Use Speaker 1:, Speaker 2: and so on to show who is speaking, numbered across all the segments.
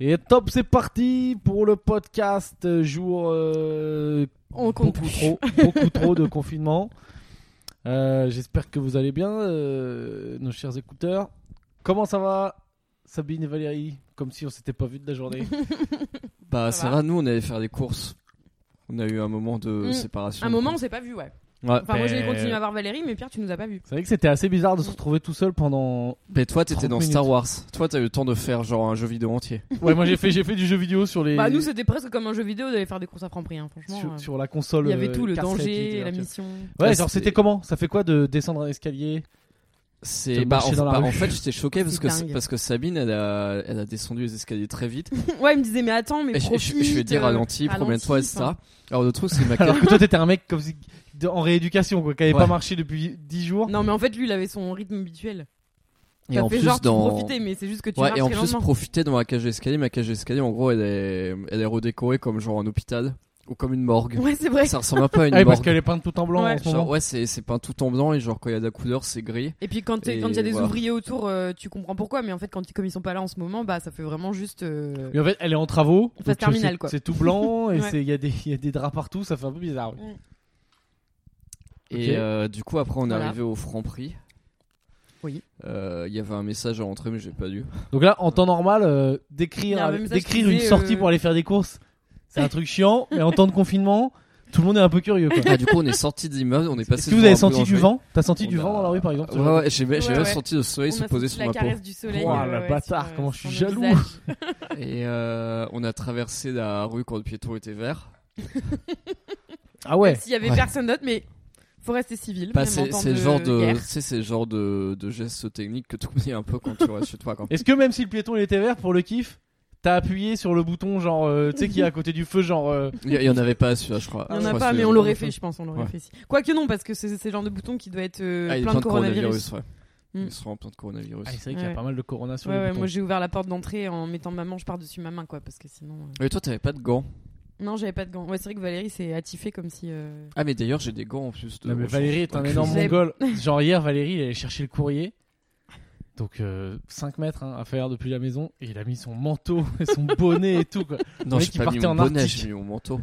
Speaker 1: Et top, c'est parti pour le podcast jour euh,
Speaker 2: On compte
Speaker 1: beaucoup
Speaker 2: plus.
Speaker 1: trop, beaucoup trop de confinement. Euh, J'espère que vous allez bien, euh, nos chers écouteurs. Comment ça va, Sabine et Valérie Comme si on s'était pas vu de la journée.
Speaker 3: Bah,
Speaker 2: Ça
Speaker 3: ça
Speaker 2: va.
Speaker 3: va, nous on allait faire des courses. On a eu un moment de
Speaker 2: Mm.
Speaker 3: séparation.
Speaker 2: Un moment, on s'est pas vu, ouais.
Speaker 3: Ouais.
Speaker 2: Enfin, moi, j'ai
Speaker 1: Ben-
Speaker 2: continué à voir Valérie, mais Pierre, tu nous as pas vu.
Speaker 1: C'est vrai que c'était assez bizarre de se retrouver tout seul pendant.
Speaker 3: Mais toi, t'étais
Speaker 1: 30
Speaker 3: dans Star Wars. Toi, t'as eu le temps de faire genre un jeu vidéo entier.
Speaker 1: Ouais, moi j'ai fait, j'ai fait du jeu vidéo sur les.
Speaker 2: Bah, nous, c'était presque comme un jeu vidéo d'aller faire des courses à Franprix, hein, franchement.
Speaker 1: sur,
Speaker 2: euh,
Speaker 1: sur la console.
Speaker 2: Il y avait
Speaker 1: euh,
Speaker 2: tout, le
Speaker 1: cassette,
Speaker 2: danger,
Speaker 1: les
Speaker 2: la Bah,
Speaker 1: trucs.
Speaker 2: mission.
Speaker 1: Ouais,
Speaker 3: Ouais,
Speaker 1: genre c'était
Speaker 3: c'était
Speaker 1: comment Ça fait quoi de descendre un escalier Te
Speaker 3: C'est bah, en,
Speaker 1: marcher dans la
Speaker 3: bah,
Speaker 1: rue.
Speaker 3: en fait, j'étais choqué parce
Speaker 2: C'est
Speaker 3: que c'est-
Speaker 2: dingue.
Speaker 3: parce que Sabine, elle a, elle a descendu les escaliers très vite.
Speaker 2: ouais, il me disait, mais attends, mais
Speaker 3: Et je, je- je
Speaker 2: profite.
Speaker 3: vais dire
Speaker 2: euh,
Speaker 3: ralenti, promène-toi,
Speaker 2: ralentis,
Speaker 3: etc.
Speaker 2: enfin.
Speaker 3: Alors le truc, c'est ma
Speaker 1: Alors que toi t'étais un mec comme si- de- en rééducation quoi, qui avait
Speaker 3: Ouais.
Speaker 1: pas marché depuis 10 jours.
Speaker 2: Non, mais en fait, lui, il avait son rythme habituel.
Speaker 3: Et
Speaker 2: T'as
Speaker 3: en
Speaker 2: fait
Speaker 3: plus
Speaker 2: genre, tu
Speaker 3: dans
Speaker 2: profitais, mais c'est juste que tu
Speaker 3: Ouais,
Speaker 2: marches
Speaker 3: et en
Speaker 2: très
Speaker 3: plus
Speaker 2: lentement.
Speaker 3: profiter dans ma cage d'escalier, ma cage d'escalier en gros elle est elle est redécorée comme genre un hôpital ou comme une morgue.
Speaker 2: Ouais, c'est vrai.
Speaker 3: Ça ressemble un peu à une
Speaker 1: Ah oui, parce
Speaker 3: morgue.
Speaker 1: qu'elle est peinte tout en blanc
Speaker 2: Ouais.
Speaker 1: en ce
Speaker 3: Genre,
Speaker 1: moment.
Speaker 3: ouais, c'est c'est peint tout en blanc et genre quand il y a de la couleur, c'est gris.
Speaker 2: Et puis quand t'es-
Speaker 3: Et
Speaker 2: quand il y a des
Speaker 3: voilà.
Speaker 2: ouvriers autour, euh, tu comprends pourquoi, mais en fait, quand ils- comme ils sont pas là en ce moment, bah ça fait vraiment juste. euh,
Speaker 1: Mais en fait, elle est en travaux.
Speaker 2: Phase
Speaker 1: donc, euh,
Speaker 2: terminale,
Speaker 1: c'est-
Speaker 2: quoi.
Speaker 1: C'est tout blanc et
Speaker 2: Ouais.
Speaker 1: c'est- il y, a des- il y a des draps partout, ça fait un peu bizarre. oui.
Speaker 3: Et
Speaker 1: Ok.
Speaker 3: euh, du coup, après, on est
Speaker 2: Voilà.
Speaker 3: arrivé au Franprix.
Speaker 2: Oui.
Speaker 3: Euh, Il y avait un message à l'entrée, mais j'ai pas lu.
Speaker 1: Donc là, en temps normal, euh,
Speaker 2: Il y a un
Speaker 1: décrire,
Speaker 2: message
Speaker 1: décrire
Speaker 2: qui
Speaker 1: une
Speaker 2: disait,
Speaker 1: sortie
Speaker 2: euh,
Speaker 1: pour aller faire des courses, c'est un truc chiant. Mais en temps de confinement, tout le monde est un peu curieux. quoi.
Speaker 3: Ah, du coup, on est sorti de l'immeuble, on est passé.
Speaker 1: Est-ce que vous
Speaker 3: devant
Speaker 1: avez
Speaker 3: un
Speaker 1: senti du
Speaker 3: boulangerie.
Speaker 1: vent T'as senti
Speaker 3: On
Speaker 1: du vent
Speaker 3: a-
Speaker 1: dans la rue par exemple
Speaker 3: Ouais, ouais, j'ai même- j'ai
Speaker 2: Ouais,
Speaker 3: même
Speaker 2: ouais.
Speaker 3: senti le soleil
Speaker 2: on
Speaker 3: se
Speaker 2: a
Speaker 3: poser
Speaker 2: senti
Speaker 3: sur
Speaker 2: la
Speaker 3: ma peau.
Speaker 2: caresse du soleil.
Speaker 1: Ouah,
Speaker 2: euh,
Speaker 1: la
Speaker 2: ouais,
Speaker 1: bâtard,
Speaker 2: sur, euh,
Speaker 1: comment je suis
Speaker 2: sur
Speaker 1: jaloux.
Speaker 2: nos visages.
Speaker 3: Et euh, on a traversé la rue quand le piéton était vert.
Speaker 1: Ah ouais.
Speaker 2: S'il y avait
Speaker 3: Ouais.
Speaker 2: personne d'autre, mais faut rester civil.
Speaker 3: Bah,
Speaker 2: même en
Speaker 3: c'est
Speaker 2: temps
Speaker 3: c'est le genre de,
Speaker 2: guerre.
Speaker 3: tu sais, c'est le genre de, de geste technique que tu connais un peu quand tu restes chez toi. Quand...
Speaker 1: Est-ce que même si le piéton il était vert pour le kiff, t'as appuyé sur le bouton genre euh, tu sais qui est à côté du feu genre euh,
Speaker 3: Il y, il y en avait pas celui-là, je crois.
Speaker 2: Il y
Speaker 3: Je
Speaker 2: en a
Speaker 3: crois
Speaker 2: pas,
Speaker 3: que
Speaker 2: mais
Speaker 3: c'est-
Speaker 2: on l'aurait fait, je pense, on l'aurait
Speaker 3: Ouais.
Speaker 2: fait. si. Quoique non, parce que c'est c'est le genre de bouton qui doit être euh,
Speaker 3: Ah, il est
Speaker 2: plein de coronavirus.
Speaker 3: ouais.
Speaker 2: Mm.
Speaker 3: Ils seront plein de coronavirus.
Speaker 1: ah, c'est vrai qu'il y a
Speaker 2: Ouais.
Speaker 1: pas mal de corona sur
Speaker 2: Ouais,
Speaker 1: le
Speaker 2: ouais,
Speaker 1: bouton.
Speaker 2: moi j'ai ouvert la porte d'entrée en mettant ma manche par-dessus ma main, quoi, parce que sinon. euh,
Speaker 3: Mais toi, t'avais pas de gants.
Speaker 2: Non, j'avais pas de gants. Ouais, c'est vrai que Valérie s'est attifée comme si. euh,
Speaker 3: Ah, mais d'ailleurs, j'ai des gants en plus. De
Speaker 1: Non, mais Valérie est un
Speaker 3: Donc,
Speaker 1: énorme
Speaker 2: Vous avez-
Speaker 1: mongol. Genre hier, Valérie, il allait chercher le courrier. Donc 5 mètres hein, à faire depuis la maison. Et il a mis son manteau et son bonnet et tout. Quoi.
Speaker 3: Non,
Speaker 1: mec
Speaker 3: j'ai
Speaker 1: qui
Speaker 3: pas mis
Speaker 1: partait
Speaker 3: mon
Speaker 1: en
Speaker 3: bonnet,
Speaker 1: Arctique.
Speaker 3: j'ai mis mon manteau.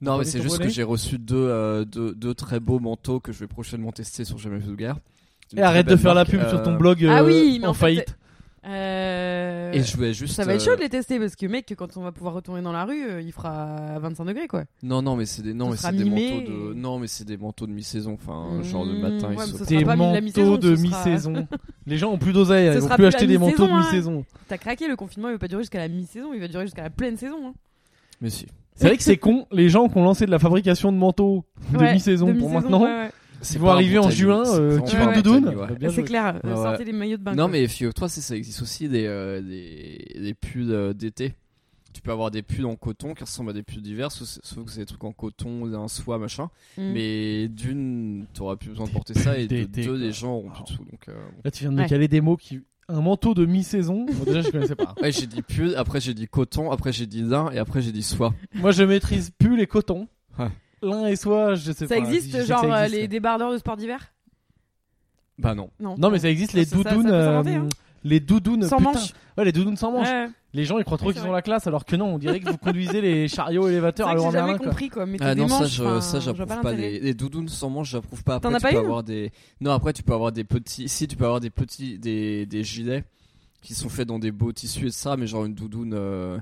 Speaker 3: Non, mais
Speaker 1: bonnet,
Speaker 3: c'est
Speaker 1: ton
Speaker 3: juste
Speaker 1: bonnet
Speaker 3: que j'ai reçu deux, euh, deux, deux très beaux manteaux que je vais prochainement tester sur Jamais Vu de Guerre. Une
Speaker 1: Et
Speaker 3: très
Speaker 1: arrête de
Speaker 3: belle
Speaker 1: faire la
Speaker 3: marque,
Speaker 1: pub
Speaker 3: euh,
Speaker 1: sur ton blog
Speaker 2: Ah
Speaker 1: euh,
Speaker 2: oui, mais
Speaker 1: en,
Speaker 2: en fait,
Speaker 1: faillite.
Speaker 2: euh,
Speaker 3: Et je voulais juste.
Speaker 2: Ça va être
Speaker 3: euh,
Speaker 2: chaud de les tester parce que mec, quand on va pouvoir retourner dans la rue, euh, il fera 25 degrés quoi.
Speaker 3: Non, non, mais c'est des, non,
Speaker 2: Ce
Speaker 3: mais
Speaker 2: sera
Speaker 3: c'est des
Speaker 2: mimé
Speaker 3: manteaux de.
Speaker 2: et-
Speaker 3: Non, mais c'est des manteaux de mi-saison. Enfin, genre le
Speaker 2: Mmh,
Speaker 3: matin,
Speaker 2: ouais,
Speaker 3: ils
Speaker 2: mais
Speaker 3: se.
Speaker 2: ce sera
Speaker 1: Des
Speaker 2: pas mis de la
Speaker 1: manteaux
Speaker 2: mi-saison,
Speaker 1: de
Speaker 2: ce sera- euh,
Speaker 1: mi-saison. Les gens ont plus d'oseille.
Speaker 2: Ce
Speaker 1: Ils vont
Speaker 2: sera
Speaker 1: plus
Speaker 2: plus
Speaker 1: acheter
Speaker 2: la
Speaker 1: des manteaux
Speaker 2: mi-saison, hein.
Speaker 1: mi-saison.
Speaker 2: T'as craqué, le confinement il va pas durer jusqu'à la mi-saison, il va durer jusqu'à la pleine saison. hein.
Speaker 3: Mais si.
Speaker 1: C'est vrai que c'est con. Les gens qui ont lancé de la fabrication de manteaux de
Speaker 2: Ouais,
Speaker 1: mi-saison
Speaker 2: de
Speaker 1: pour
Speaker 2: mi-saison,
Speaker 1: maintenant.
Speaker 2: ouais, ouais.
Speaker 3: C'est
Speaker 1: vont
Speaker 3: pas un
Speaker 1: arriver en
Speaker 3: Montagnier,
Speaker 1: juin,
Speaker 3: c'est
Speaker 1: euh,
Speaker 3: vraiment
Speaker 2: tu
Speaker 3: pas
Speaker 2: veux
Speaker 3: un
Speaker 2: une
Speaker 1: doudoune
Speaker 3: Montagnier, ouais.
Speaker 1: Bien
Speaker 2: C'est
Speaker 1: joué.
Speaker 2: clair, euh,
Speaker 3: Ouais,
Speaker 2: sortez
Speaker 3: ouais.
Speaker 2: les maillots de bain.
Speaker 3: Non,
Speaker 2: quoi.
Speaker 3: mais figure-toi, c'est- ça existe aussi des, euh, des, des pulls euh, d'été. Tu peux avoir des pulls en coton qui ressemblent à des pulls d'hiver, sauf sauf que c'est des trucs en coton, d'un soie, machin.
Speaker 2: Mm.
Speaker 3: Mais d'une, t'auras plus besoin de
Speaker 1: Des
Speaker 3: porter ça, et
Speaker 1: pulls
Speaker 3: de
Speaker 1: d'été,
Speaker 3: deux,
Speaker 1: quoi.
Speaker 3: les gens auront plus de sous. Donc, euh,
Speaker 1: Là, tu viens de me
Speaker 2: Ouais.
Speaker 1: caler des mots qui. Un manteau de mi-saison. Bon, déjà, je connaissais pas.
Speaker 3: Ouais, j'ai dit pull, après j'ai dit coton, après j'ai dit lin, et après j'ai dit soie.
Speaker 1: Moi, je maîtrise pull et coton.
Speaker 3: Ouais.
Speaker 1: L'un et soi, je sais
Speaker 2: Ça
Speaker 1: pas.
Speaker 2: existe,
Speaker 1: Je sais que
Speaker 2: genre
Speaker 1: ça
Speaker 2: euh,
Speaker 1: existe.
Speaker 2: les débardeurs de sport d'hiver
Speaker 3: Bah non.
Speaker 2: Non.
Speaker 1: Non, mais ça existe, les
Speaker 2: Ça- ça- ça peut
Speaker 1: doudounes.
Speaker 2: s'inventer,
Speaker 1: euh,
Speaker 2: hein.
Speaker 1: Les doudounes.
Speaker 2: Sans
Speaker 1: putain.
Speaker 2: manche.
Speaker 1: Ouais, les doudounes sans manche.
Speaker 2: Ouais.
Speaker 1: Les gens, ils croient trop
Speaker 2: Ouais,
Speaker 1: qu'ils
Speaker 2: c'est
Speaker 1: ont
Speaker 2: vrai.
Speaker 1: la classe, alors que non, on dirait que vous conduisez les chariots
Speaker 2: C'est
Speaker 1: élévateurs à
Speaker 2: vrai que j'ai
Speaker 1: l'heure
Speaker 2: jamais compris quoi. Mais
Speaker 3: Ah
Speaker 2: des
Speaker 3: non, ça,
Speaker 2: manches,
Speaker 3: je,
Speaker 2: enfin,
Speaker 3: ça
Speaker 2: je vois
Speaker 3: j'approuve pas.
Speaker 2: l'intérêt.
Speaker 3: les, les doudounes sans manche, j'approuve pas. Après,
Speaker 2: T'en as
Speaker 3: tu
Speaker 2: pas
Speaker 3: peux
Speaker 2: eu
Speaker 3: avoir des. Non, après, tu peux avoir des petits. Si, tu peux avoir des petits. Des, des gilets qui sont faits dans des beaux tissus et ça, mais genre une doudoune. euh,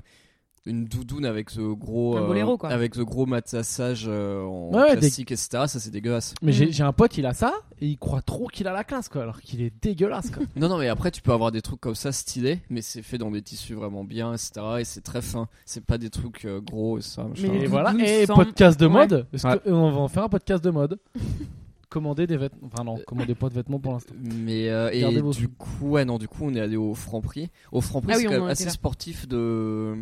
Speaker 3: Une doudoune avec ce gros.
Speaker 2: Un
Speaker 3: euh,
Speaker 2: boléro, quoi.
Speaker 3: Avec le gros matassage euh, en
Speaker 1: Ouais, des-
Speaker 3: plastique, etc. Ça, c'est dégueulasse.
Speaker 1: Mais j'ai
Speaker 2: Mm.
Speaker 1: j'ai un pote, il a ça, et il croit trop qu'il a la classe, quoi, alors qu'il est dégueulasse, quoi.
Speaker 3: non, non, mais après, tu peux avoir des trucs comme ça stylés, mais c'est fait dans des tissus vraiment bien, etc. Et c'est très fin. C'est pas des trucs euh, gros et ça. machin.
Speaker 1: Et
Speaker 2: les
Speaker 1: voilà,
Speaker 2: doudounes
Speaker 1: et
Speaker 2: sans-
Speaker 1: podcast de
Speaker 2: Ouais.
Speaker 1: mode. Est-ce
Speaker 3: Ouais.
Speaker 1: que- On va en faire un podcast de mode. Commander des vêtements. Enfin, non, commander pas de vêtements pour l'instant.
Speaker 3: Mais euh,
Speaker 1: Gardez
Speaker 3: et
Speaker 1: vos
Speaker 3: du coup, ouais, non, du coup, on est allé au Franprix. Au Franprix,
Speaker 2: Ah
Speaker 3: c'est
Speaker 2: oui, on
Speaker 3: quand
Speaker 2: en
Speaker 3: même
Speaker 2: était
Speaker 3: assez
Speaker 2: là.
Speaker 3: sportif de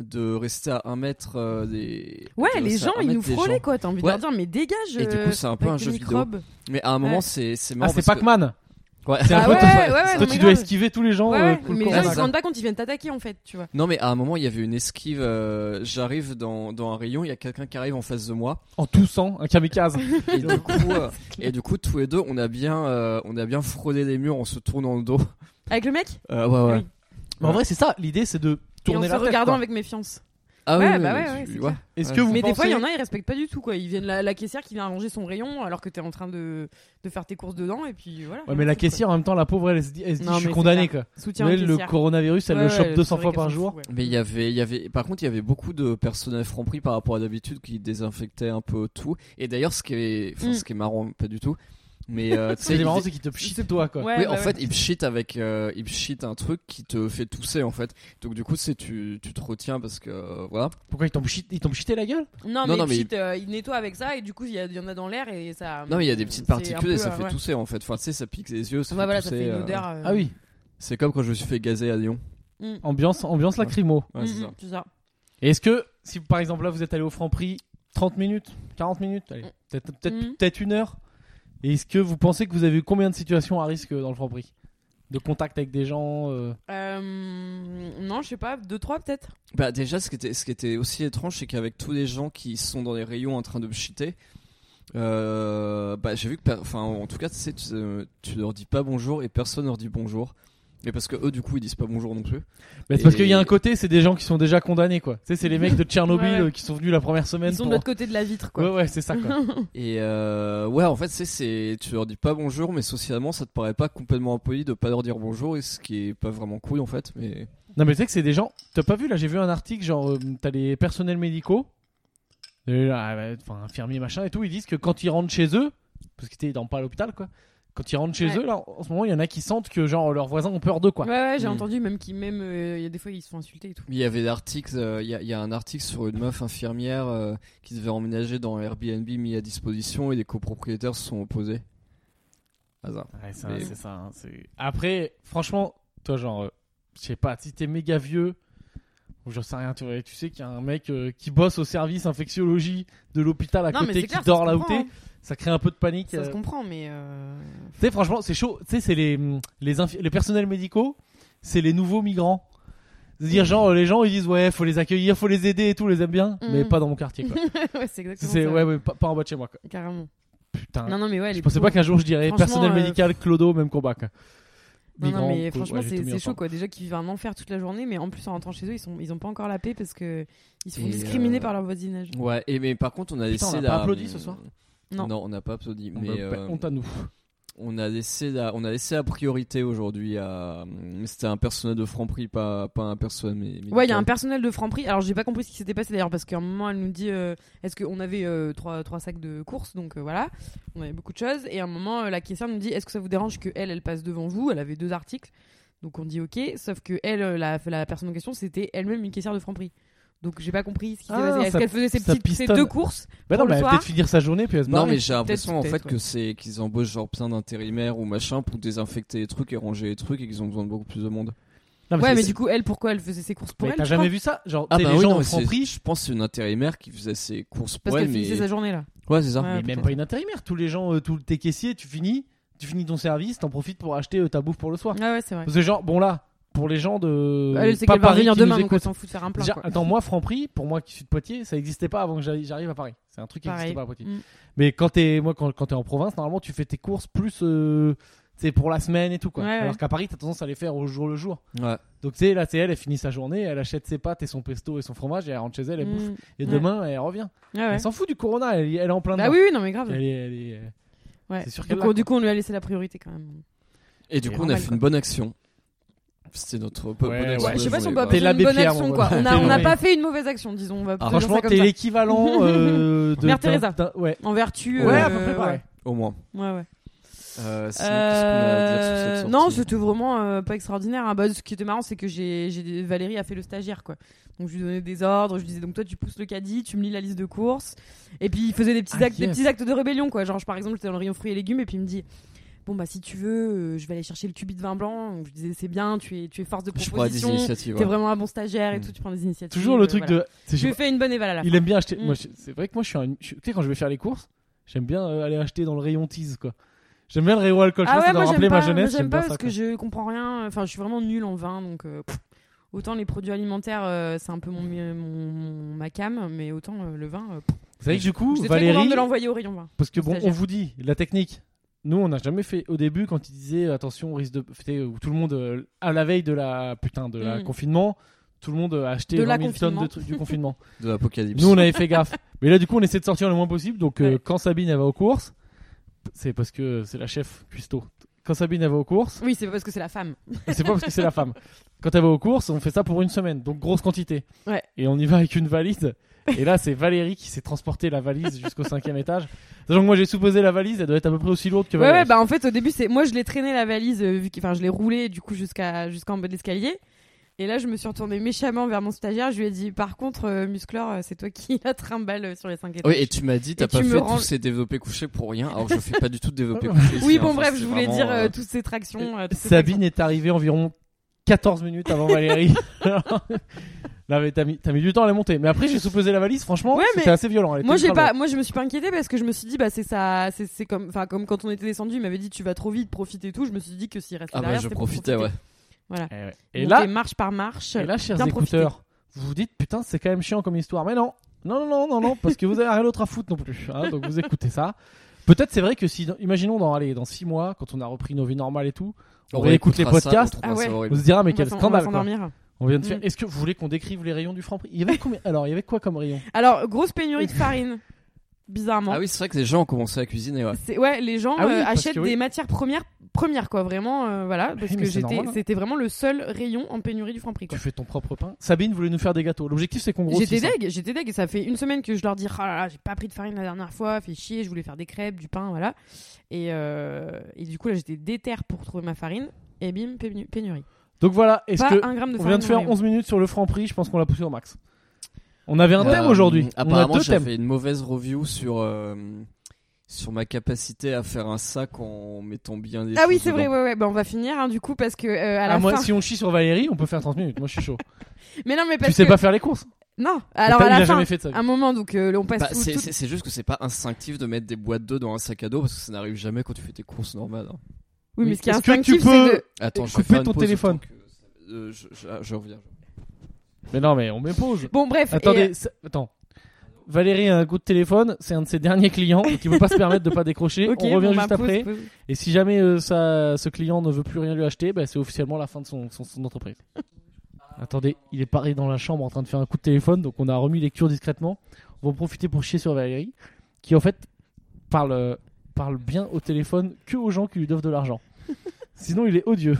Speaker 3: de rester à un mètre euh, des.
Speaker 2: Ouais,
Speaker 3: de
Speaker 2: les
Speaker 3: rester à
Speaker 2: gens
Speaker 3: un
Speaker 2: ils
Speaker 3: mètre
Speaker 2: nous
Speaker 3: des
Speaker 2: frôlaient
Speaker 3: gens.
Speaker 2: quoi. T'as envie de
Speaker 3: Ouais.
Speaker 2: leur dire, mais dégage.
Speaker 3: Et du
Speaker 2: euh,
Speaker 3: coup, c'est un peu
Speaker 2: avec
Speaker 3: un
Speaker 2: tes
Speaker 3: jeu vidéo.
Speaker 2: microbes.
Speaker 3: Mais à un moment,
Speaker 2: Ouais.
Speaker 3: c'est c'est
Speaker 1: Ah,
Speaker 3: marrant.
Speaker 1: c'est
Speaker 3: parce que-
Speaker 1: Pac-Man!
Speaker 3: Ouais.
Speaker 1: C'est un
Speaker 2: Ah
Speaker 1: peu
Speaker 2: ouais,
Speaker 1: toi,
Speaker 2: ouais, ouais,
Speaker 1: toi,
Speaker 2: non,
Speaker 1: tu
Speaker 2: mais
Speaker 1: dois
Speaker 2: grave.
Speaker 1: esquiver tous les gens.
Speaker 2: Ouais,
Speaker 1: euh,
Speaker 2: ouais,
Speaker 1: pour le
Speaker 2: mais les
Speaker 1: corona,
Speaker 2: gens ils se
Speaker 1: quoi.
Speaker 2: rendent pas compte, ils viennent t'attaquer en fait, tu vois.
Speaker 3: Non, mais à un moment, il y avait une esquive. euh, J'arrive dans dans un rayon, il y a quelqu'un qui arrive en face de moi.
Speaker 1: En toussant, un kamikaze.
Speaker 3: Et du coup, euh, et du coup, tous les deux, on a bien euh, on a bien frôlé les murs en se tournant le dos.
Speaker 2: Avec le mec
Speaker 1: Ah,
Speaker 3: Euh, ouais, ouais.
Speaker 2: Oui.
Speaker 1: Mais en vrai, c'est ça. L'idée, c'est de
Speaker 2: Et en
Speaker 1: tourner
Speaker 2: se
Speaker 1: la tête.
Speaker 2: regardant
Speaker 1: quoi.
Speaker 2: avec méfiance.
Speaker 3: Ah
Speaker 2: Ouais,
Speaker 3: oui,
Speaker 2: bah
Speaker 3: oui,
Speaker 2: ouais,
Speaker 3: tu-
Speaker 2: ouais, c'est
Speaker 3: ouais.
Speaker 2: clair.
Speaker 1: Est-ce que vous
Speaker 2: Mais des fois, il y
Speaker 1: pensez-
Speaker 2: en a, ils respectent pas du tout quoi. Ils viennent la, la caissière qui vient ranger son rayon alors que t'es en train de, de faire tes courses dedans et puis voilà.
Speaker 1: Ouais, mais la
Speaker 2: Quoi.
Speaker 1: caissière, en même temps, la pauvre, elle se dit, elle se dit,
Speaker 2: Non,
Speaker 1: je suis
Speaker 2: mais c'est
Speaker 1: condamnée, quoi.
Speaker 2: Soutien
Speaker 1: Mais
Speaker 2: aux
Speaker 1: le
Speaker 2: caissières.
Speaker 1: coronavirus, elle
Speaker 2: Ouais,
Speaker 1: le chope
Speaker 2: ouais, c'est
Speaker 1: 200
Speaker 2: vrai
Speaker 1: fois
Speaker 2: qu'elles
Speaker 1: par
Speaker 2: s'en
Speaker 1: jour.
Speaker 2: foutent, ouais.
Speaker 3: Mais il y avait, il y avait, par contre, il y avait beaucoup de personnel Franprix par rapport à d'habitude qui désinfectait un peu tout. Et d'ailleurs, ce qui est, enfin,
Speaker 2: Mm.
Speaker 3: ce qui est marrant, pas du tout. Mais euh, tu
Speaker 1: Ce qui
Speaker 3: sais,
Speaker 1: est marrant,
Speaker 3: ils-
Speaker 1: c'est qu'il te pchit toi, quoi.
Speaker 2: Ouais,
Speaker 3: oui,
Speaker 2: bah
Speaker 3: en
Speaker 2: ouais.
Speaker 3: fait, il shit avec, euh, il shit un truc qui te fait tousser en fait. Donc du coup, c'est tu, tu te retiens parce que euh, voilà.
Speaker 1: Pourquoi ils t'ont pchit- ils t'ont pchité la gueule
Speaker 2: Non,
Speaker 3: Non,
Speaker 2: mais,
Speaker 3: non, mais-
Speaker 2: pchit, euh, il nettoie avec ça et du coup il y, a- il y en a dans l'air et ça.
Speaker 3: Non, mais il y a des petites
Speaker 2: c'est un
Speaker 3: particules et
Speaker 2: peu,
Speaker 3: ça
Speaker 2: euh,
Speaker 3: fait
Speaker 2: ouais.
Speaker 3: tousser en fait. Enfin, tu sais, ça pique les yeux, ça
Speaker 2: Ouais,
Speaker 3: fait
Speaker 2: voilà, ça
Speaker 3: tousser.
Speaker 2: fait une
Speaker 3: euh,
Speaker 2: odeur. euh,
Speaker 1: Ah oui,
Speaker 3: C'est comme quand je me suis fait gazer à Lyon.
Speaker 2: mm.
Speaker 1: ambiance, ambiance lacrymo.
Speaker 3: Ouais, c'est
Speaker 2: Mm,
Speaker 3: ça.
Speaker 2: mm, c'est ça.
Speaker 1: Et est-ce que, si par exemple là vous êtes allé au Franprix 30 minutes, 40 minutes, allez, peut-être peut
Speaker 2: Mhm.
Speaker 1: une heure, et est-ce que vous pensez que vous avez eu combien de situations à risque dans le Franprix De contact avec des gens euh,
Speaker 2: Euh, non, je sais pas, deux trois peut-être.
Speaker 3: Bah déjà, ce qui était, ce qui était aussi étrange, c'est qu'avec tous les gens qui sont dans les rayons en train de pchiter, euh, bah j'ai vu que, per- enfin, en tout cas, tu sais, tu, euh, tu leur dis pas bonjour et personne leur dit bonjour. Mais parce que eux, du coup, ils disent pas bonjour non plus.
Speaker 1: Mais c'est parce
Speaker 3: Et-
Speaker 1: qu'il y a un côté, c'est des gens qui sont déjà condamnés quoi. Tu sais, c'est les mecs de Tchernobyl
Speaker 2: Ouais.
Speaker 1: euh, qui sont venus la première semaine.
Speaker 2: Ils sont
Speaker 1: pour-
Speaker 2: de l'autre côté de la vitre quoi.
Speaker 1: Ouais, ouais, c'est ça quoi.
Speaker 3: Et euh, ouais, en fait, c'est, c'est, tu leur dis pas bonjour, mais socialement, ça te paraît pas complètement impoli de pas leur dire bonjour, et ce qui est pas vraiment cool en fait. Mais
Speaker 1: non, mais tu sais que c'est des gens. T'as pas vu là, j'ai vu un article genre, euh, t'as les personnels médicaux, et là, ah, bah, enfin, infirmiers machin et tout, ils disent que quand ils rentrent chez eux, parce qu'ils étaient dans pas à l'hôpital quoi. Quand ils rentrent chez
Speaker 2: Ouais.
Speaker 1: eux, là, en ce moment, il y en a qui sentent que genre leurs voisins ont peur d'eux, quoi.
Speaker 2: Ouais, ouais, j'ai
Speaker 3: Mm.
Speaker 2: entendu même qu'il même euh, il y a des fois ils se font insulter et tout.
Speaker 3: il y avait l'article, euh, il y, a, il y a un article sur une meuf infirmière euh, qui devait emménager dans Airbnb mis à disposition, et les copropriétaires se sont opposés. Hasard.
Speaker 1: Ouais, ça,
Speaker 3: Mais-
Speaker 1: c'est ça. hein, c'est- Après, franchement, toi, genre, euh, je sais pas, si t'es méga vieux, ou j'en sais rien, tu, vois, tu sais qu'il y a un mec euh, qui bosse au service infectiologie de l'hôpital à
Speaker 2: non, mais
Speaker 1: côté
Speaker 2: c'est
Speaker 1: qui
Speaker 2: clair, ça
Speaker 1: dort
Speaker 2: se
Speaker 1: là où
Speaker 2: comprend,
Speaker 1: t'es, ça crée un peu de
Speaker 2: hein.
Speaker 1: panique.
Speaker 2: Ça
Speaker 1: euh.
Speaker 2: se
Speaker 1: Tu
Speaker 2: comprend, mais. euh,
Speaker 1: sais, franchement, c'est chaud. Tu sais, c'est les, hum, les, infi- les personnels médicaux, c'est les nouveaux migrants. C'est-à-dire, genre, les gens, ils disent, ouais, faut les accueillir, faut les aider et tout, on les aime bien, mais
Speaker 2: Mm.
Speaker 1: pas dans mon quartier, quoi.
Speaker 2: ouais, c'est exactement
Speaker 1: c'est,
Speaker 2: ça.
Speaker 1: ouais, ouais, pas, pas en bas de chez moi, quoi.
Speaker 2: Carrément.
Speaker 1: Putain.
Speaker 2: Non, non, mais ouais.
Speaker 1: je
Speaker 2: les
Speaker 1: pensais pas
Speaker 2: pauvres.
Speaker 1: qu'un jour je dirais
Speaker 2: Franchement,
Speaker 1: personnel
Speaker 2: euh,
Speaker 1: médical, Clodo, même combat, quoi.
Speaker 2: Non,
Speaker 1: Migrants,
Speaker 2: non, mais
Speaker 1: clodo,
Speaker 2: franchement,
Speaker 1: ouais, j'ai tout
Speaker 2: c'est
Speaker 1: mis
Speaker 2: c'est chaud
Speaker 1: ensemble.
Speaker 2: quoi. Déjà qu'ils vivent un enfer toute la journée, mais en plus en rentrant chez eux, ils sont ils ont pas encore la paix parce que ils se font
Speaker 3: Et,
Speaker 2: discriminer
Speaker 3: euh,
Speaker 2: par leur voisinage.
Speaker 3: Ouais, et mais par contre, on a
Speaker 1: Putain, on
Speaker 3: laissé
Speaker 1: a pas
Speaker 3: la-
Speaker 1: applaudi ce soir
Speaker 2: Non.
Speaker 3: Non, on n'a pas applaudi,
Speaker 1: On
Speaker 3: mais
Speaker 1: peut-
Speaker 3: euh,
Speaker 1: Bah honte à nous.
Speaker 3: on a laissé la, on a laissé la priorité aujourd'hui à. mais C'était un personnel de Franprix, pas pas un personnel. mé- médical.
Speaker 2: Ouais, il y a un personnel de Franprix. Alors, j'ai pas compris ce qui s'était passé d'ailleurs, parce qu'à un moment, elle nous dit euh, est-ce qu'on avait euh, trois, trois sacs de courses Donc euh, voilà, on avait beaucoup de choses. Et à un moment, euh, la caissière nous dit est-ce que ça vous dérange que elle, elle passe devant vous Elle avait deux articles. Donc on dit ok, sauf que elle, euh, la, la personne en question, c'était elle-même une caissière de Franprix. Donc j'ai pas compris ce qui s'est
Speaker 1: Ah,
Speaker 2: passé. Est-ce
Speaker 1: ça-
Speaker 2: qu'elle faisait ses,
Speaker 1: ça
Speaker 2: petites, ses
Speaker 1: pistonne.
Speaker 2: deux courses
Speaker 1: Bah non,
Speaker 2: Pour le
Speaker 1: mais elle va
Speaker 2: soir.
Speaker 1: peut-être finir sa journée puis elle se
Speaker 3: Non,
Speaker 1: barre.
Speaker 3: mais j'ai l'impression en
Speaker 2: peut-être,
Speaker 3: fait
Speaker 2: ouais.
Speaker 3: que c'est qu'ils embauchent genre plein d'intérimaires ou machin pour désinfecter les trucs et ranger les trucs et qu'ils ont besoin de beaucoup plus de monde.
Speaker 1: Non,
Speaker 2: Ouais,
Speaker 1: c'est-
Speaker 2: mais
Speaker 1: c'est-
Speaker 2: du coup, elle, pourquoi elle faisait ses courses pour
Speaker 1: mais
Speaker 2: elle
Speaker 1: t'as
Speaker 2: je
Speaker 1: jamais
Speaker 2: crois
Speaker 1: vu ça Genre,
Speaker 3: Ah
Speaker 1: t'es les gens
Speaker 3: bah mais
Speaker 1: au
Speaker 3: c'est-
Speaker 1: Franprix,
Speaker 3: je pense que c'est une intérimaire qui faisait ses courses pour
Speaker 2: Parce qu'elle
Speaker 3: elle, mais
Speaker 2: finissait sa journée là.
Speaker 3: ouais c'est ça.
Speaker 2: Ouais.
Speaker 1: mais même
Speaker 2: peut-être.
Speaker 1: pas une intérimaire. Tous les gens, euh, tout tes caissiers, tu finis, tu finis ton service, t'en profites pour acheter euh, ta bouffe pour le soir.
Speaker 2: Ah ouais, c'est vrai.
Speaker 1: Parce que genre, bon là, pour les gens de
Speaker 2: Elle sait
Speaker 1: pas
Speaker 2: qu'elle va
Speaker 1: Paris
Speaker 2: revenir
Speaker 1: qui nous
Speaker 2: demain, donc
Speaker 1: écoutent.
Speaker 2: elle s'en fout de faire un plein.
Speaker 1: Déjà,
Speaker 2: quoi.
Speaker 1: attends, moi Franprix, pour moi qui suis de Poitiers, ça n'existait pas avant que j'arrive j'arrive à Paris. C'est un truc qui n'existait
Speaker 2: Pareil.
Speaker 1: pas à Poitiers.
Speaker 2: Mm.
Speaker 1: Mais quand t'es, moi, quand, quand t'es en province, normalement, tu fais tes courses plus, euh, c'est pour la semaine et tout quoi.
Speaker 2: Ouais, ouais.
Speaker 1: Alors qu'à Paris, t'as tendance à les faire au jour le jour.
Speaker 3: Ouais.
Speaker 1: Donc tu sais, là, c'est elle, elle finit sa journée, elle achète ses pâtes et son pesto et son fromage et elle rentre chez elle, elle bouffe.
Speaker 2: Mm.
Speaker 1: Et
Speaker 2: Ouais.
Speaker 1: demain, elle revient.
Speaker 2: Ah ouais.
Speaker 1: Elle s'en fout du corona, elle, elle est en plein
Speaker 2: Bah
Speaker 1: dedans.
Speaker 2: oui, oui, non, mais grave.
Speaker 1: Elle est, elle est, euh,
Speaker 2: Ouais.
Speaker 1: C'est sûr
Speaker 2: Du
Speaker 1: qu'elle
Speaker 2: coup-
Speaker 1: l'a,
Speaker 2: du
Speaker 1: quoi.
Speaker 2: coup, on lui a laissé la priorité quand même.
Speaker 3: Et du
Speaker 1: C'est
Speaker 3: coup on a
Speaker 2: normal,
Speaker 3: fait
Speaker 2: quoi.
Speaker 3: une bonne action. C'était notre po-
Speaker 1: Ouais,
Speaker 3: bonne action.
Speaker 1: ouais.
Speaker 3: de
Speaker 2: je sais pas si on peut
Speaker 3: journée, quoi.
Speaker 1: appeler T'es
Speaker 2: appeler ça une
Speaker 1: l'abbé
Speaker 2: bonne
Speaker 1: Pierre,
Speaker 2: action,
Speaker 1: mon
Speaker 2: quoi.
Speaker 1: gars.
Speaker 2: On
Speaker 1: T'es
Speaker 2: a- on n'a
Speaker 1: l'abbé.
Speaker 2: pas fait une mauvaise action, disons. On va
Speaker 3: Ah,
Speaker 2: plutôt dire
Speaker 1: Franchement,
Speaker 2: ça comme
Speaker 1: t'es
Speaker 2: ça.
Speaker 1: l'équivalent euh, de.
Speaker 2: Mère
Speaker 1: d'un-
Speaker 2: Teresa.
Speaker 1: d'un- Ouais.
Speaker 2: En vertu.
Speaker 1: Ouais,
Speaker 2: euh,
Speaker 1: à peu près pareil.
Speaker 3: Au moins.
Speaker 2: Ouais, ouais. ouais.
Speaker 3: Euh, sinon, qu'est-ce qu'on a à dire sur cette
Speaker 2: Euh,
Speaker 3: sortie
Speaker 2: non, c'était vraiment euh, pas extraordinaire. hein. Bah, ce qui était marrant, c'est que j'ai, j'ai- Valérie a fait le stagiaire, quoi. Donc je lui donnais des ordres, je lui disais donc toi tu pousses le caddie, tu me lis la liste de courses. Et puis il faisait des petits
Speaker 1: Ah,
Speaker 2: actes, des
Speaker 1: yes.
Speaker 2: petits actes de rébellion, quoi. Genre je- par exemple j'étais dans le rayon fruits et légumes et puis il me dit bon bah si tu veux, euh, je vais aller chercher le cubit de vin blanc. Donc, je lui disais c'est bien, tu es, tu es force de
Speaker 3: je prends des
Speaker 2: proposition.
Speaker 3: initiatives.
Speaker 2: T'es
Speaker 3: ouais.
Speaker 2: vraiment un bon stagiaire et
Speaker 3: Mm.
Speaker 2: tout, tu prends des initiatives. euh,
Speaker 1: Toujours le truc de. c'est- je sais
Speaker 2: Tu
Speaker 1: pas,
Speaker 2: fais une bonne éval à la fin.
Speaker 1: Il aime bien acheter.
Speaker 2: Mm.
Speaker 1: Moi, je- c'est vrai que moi, je suis un. je suis- Tu sais, quand je vais faire les courses, j'aime bien euh, aller acheter dans le rayon tease, quoi. J'aime bien le rayon alcool.
Speaker 2: Ah
Speaker 1: je pense
Speaker 2: ouais,
Speaker 1: que ça
Speaker 2: moi
Speaker 1: doit
Speaker 2: j'aime
Speaker 1: rappeler
Speaker 2: pas,
Speaker 1: ma
Speaker 2: moi,
Speaker 1: jeunesse.
Speaker 2: j'aime pas
Speaker 1: bien ça,
Speaker 2: parce que je comprends rien. Enfin, je suis vraiment nulle en vin, donc euh, pff, autant les produits alimentaires, euh, c'est un peu mon, mon- mon- ma cam, mais autant euh, le vin. euh, pff.
Speaker 1: quoi. C'est vrai que du coup,
Speaker 2: J'étais très contente
Speaker 1: Valérie.
Speaker 2: de l'envoyer au rayon vin.
Speaker 1: Parce que bon, on
Speaker 2: stagiaire.
Speaker 1: vous dit la technique. Nous, on n'a jamais fait. Au début, quand ils disaient attention, on risque de. c'était où Tout le monde, euh, à la veille de la putain de la
Speaker 2: Mm.
Speaker 1: confinement, tout le monde a acheté
Speaker 2: De
Speaker 1: 20
Speaker 2: la
Speaker 1: 000 tonnes de
Speaker 2: confinement.
Speaker 1: trucs du confinement.
Speaker 3: de l'apocalypse.
Speaker 1: Nous, on avait fait gaffe. Mais là, du coup, on essaie de sortir le moins possible. Donc, euh,
Speaker 2: Ouais.
Speaker 1: quand Sabine, elle va aux courses, c'est parce que c'est la chef cuistot. Quand Sabine, elle va aux courses,
Speaker 2: Oui, c'est parce que c'est la femme.
Speaker 1: et c'est pas parce que c'est la femme. Quand elle va aux courses, on fait ça pour une semaine, donc grosse quantité.
Speaker 2: Ouais.
Speaker 1: Et on y va avec une valise. Et là, c'est Valérie qui s'est transportée la valise jusqu'au cinquième étage. Donc moi, j'ai supposé la valise, elle doit être à peu près aussi lourde que
Speaker 2: Ouais,
Speaker 1: Valérie.
Speaker 2: ouais, bah en fait, au début, c'est moi, je l'ai traîné la valise, euh, vu que- enfin, je l'ai roulée du coup jusqu'à jusqu'en bas de l'escalier. Et là, je me suis retournée méchamment vers mon stagiaire. Je lui ai dit, par contre, euh, Musclor, euh, c'est toi qui la trimballe euh, sur les 5 étages.
Speaker 3: Oui, et tu m'as dit, t'as
Speaker 2: Et
Speaker 3: pas
Speaker 2: tu me
Speaker 3: fait
Speaker 2: rends-
Speaker 3: tous ces développés couchés pour rien. Alors je fais pas du tout de développés couchés.
Speaker 2: Oui,
Speaker 3: ici, hein.
Speaker 2: bon,
Speaker 3: Enfin,
Speaker 2: bref,
Speaker 3: c'est
Speaker 2: je voulais
Speaker 3: vraiment,
Speaker 2: dire euh,
Speaker 3: euh,
Speaker 2: toutes ces tractions. euh, toutes ces
Speaker 1: Sabine est arrivée environ 14 minutes avant Valérie. Là, mais t'as mis, t'as mis du temps à la monter. Mais après, j'ai supposé la valise, franchement,
Speaker 2: Ouais,
Speaker 1: c'était
Speaker 2: mais
Speaker 1: assez violent. elle était
Speaker 2: Moi j'ai
Speaker 1: ultra
Speaker 2: pas, moi je me suis pas inquiétée parce que je me suis dit bah c'est ça, c'est c'est comme, enfin comme quand on était descendu, il m'avait dit tu vas trop vite, profite et tout. Je me suis dit que s'il restait
Speaker 3: Ah bah
Speaker 2: derrière,
Speaker 3: je
Speaker 2: c'était pour
Speaker 3: profitais, ouais.
Speaker 2: profiter. Voilà.
Speaker 1: violente. Et, Eh ouais. Et là,
Speaker 2: Monter marche par marche.
Speaker 1: et là, chers
Speaker 2: bien profiter.
Speaker 1: écouteurs, vous vous dites, putain, c'est quand même chiant comme histoire. Mais non, non, non, non, non, non, parce que vous avez rien d'autre à foutre non plus. hein, donc vous écoutez ça. Peut-être c'est vrai que si, dans- imaginons dans, allez, dans 6 mois, quand on a repris nos vies normales et tout, on, réécoute les
Speaker 3: réécoutera ça, on
Speaker 1: podcasts,
Speaker 3: trouvera
Speaker 2: Ah
Speaker 3: ça
Speaker 2: ouais.
Speaker 1: on
Speaker 3: horrible.
Speaker 1: se dira, mais
Speaker 2: On
Speaker 1: quel
Speaker 2: va s'en- on va
Speaker 1: scandale quoi.
Speaker 2: s'endormir.
Speaker 1: On vient de faire.
Speaker 2: Mm.
Speaker 1: Est-ce que vous voulez qu'on décrive les rayons du franc Il y avait combien Alors, il y avait quoi comme rayon
Speaker 2: Alors grosse pénurie de farine, bizarrement.
Speaker 3: Ah oui, c'est vrai que les gens ont commencé à cuisiner, ouais.
Speaker 2: C'est- ouais, les gens
Speaker 1: Ah oui,
Speaker 2: euh,
Speaker 1: parce
Speaker 2: achètent
Speaker 1: que oui.
Speaker 2: des matières premières, premières quoi, vraiment, euh, voilà, parce
Speaker 1: mais
Speaker 2: que
Speaker 1: c'est
Speaker 2: j'étais,
Speaker 1: normal, hein.
Speaker 2: c'était vraiment le seul rayon en pénurie du Franprix.
Speaker 1: Tu
Speaker 2: Quoi.
Speaker 1: fais ton propre pain. Sabine voulait nous faire des gâteaux. L'objectif, c'est qu'on grossisse.
Speaker 2: J'étais
Speaker 1: hein.
Speaker 2: deg, j'étais deg, et ça fait une semaine que je leur dis, ah là là, j'ai pas pris de farine la dernière fois, fait chier, je voulais faire des crêpes, du pain, voilà. Et, euh, et du coup là, j'étais déter pour trouver ma farine. Et bim, pénu- pénurie.
Speaker 1: Donc voilà, est-ce
Speaker 2: Pas
Speaker 1: que
Speaker 2: un gramme de
Speaker 1: on
Speaker 2: farine.
Speaker 1: vient de
Speaker 2: dans
Speaker 1: faire
Speaker 2: le rayon.
Speaker 1: 11 minutes sur le franc prix Je pense qu'on l'a poussé au max. On avait un
Speaker 3: Euh,
Speaker 1: thème aujourd'hui. On a
Speaker 3: Apparemment,
Speaker 1: deux thèmes.
Speaker 3: j'avais une mauvaise review sur euh, sur ma capacité à faire un sac en mettant bien des
Speaker 2: Ah oui,
Speaker 3: choses
Speaker 2: c'est vrai,
Speaker 3: dedans.
Speaker 2: ouais, ouais. Bah, on va finir hein, du coup parce que euh, à la
Speaker 1: Ah, moi,
Speaker 2: fin.
Speaker 1: si on chie sur Valérie, on peut faire 30 minutes. Moi, je suis chaud.
Speaker 2: Mais non, mais parce
Speaker 1: tu sais
Speaker 2: que
Speaker 1: pas faire les courses.
Speaker 2: non. Alors
Speaker 1: T'as-
Speaker 2: à
Speaker 1: il
Speaker 2: la
Speaker 1: a
Speaker 2: fin,
Speaker 1: jamais fait de ça.
Speaker 2: un moment donc euh, on passe
Speaker 3: Bah,
Speaker 2: tout-
Speaker 3: c'est
Speaker 2: tout-
Speaker 3: c'est- c'est juste que c'est pas instinctif de mettre des boîtes d'eau dans un sac à dos parce que ça n'arrive jamais quand tu fais tes courses normales. hein.
Speaker 2: Oui, mais ce qui est
Speaker 1: Est-ce que tu
Speaker 2: instinctif,
Speaker 1: peux-
Speaker 2: c'est de.
Speaker 3: Attends, je
Speaker 1: Couper
Speaker 3: vais faire une
Speaker 1: ton
Speaker 3: pause le
Speaker 1: téléphone.
Speaker 3: temps que- euh, je, je- je reviens.
Speaker 1: Mais non, mais on m'épouse.
Speaker 2: Bon, bref. et,
Speaker 1: Attendez,
Speaker 2: euh,
Speaker 1: c'est- attends. Valérie a un coup de téléphone, c'est un de ses derniers clients et qui ne peut pas se permettre de pas décrocher.
Speaker 2: ok,
Speaker 1: on revient
Speaker 2: bon,
Speaker 1: juste
Speaker 2: bah, pause,
Speaker 1: après.
Speaker 2: pause.
Speaker 1: Et si jamais euh, ça, ce client ne veut plus rien lui acheter, bah, c'est officiellement la fin de son, son- son entreprise. Attendez, il est paré dans la chambre en train de faire un coup de téléphone, donc on a remis lecture discrètement. On va en profiter pour chier sur Valérie, qui en fait parle, euh, parle bien au téléphone que aux gens qui lui doivent de l'argent. Sinon, il est odieux.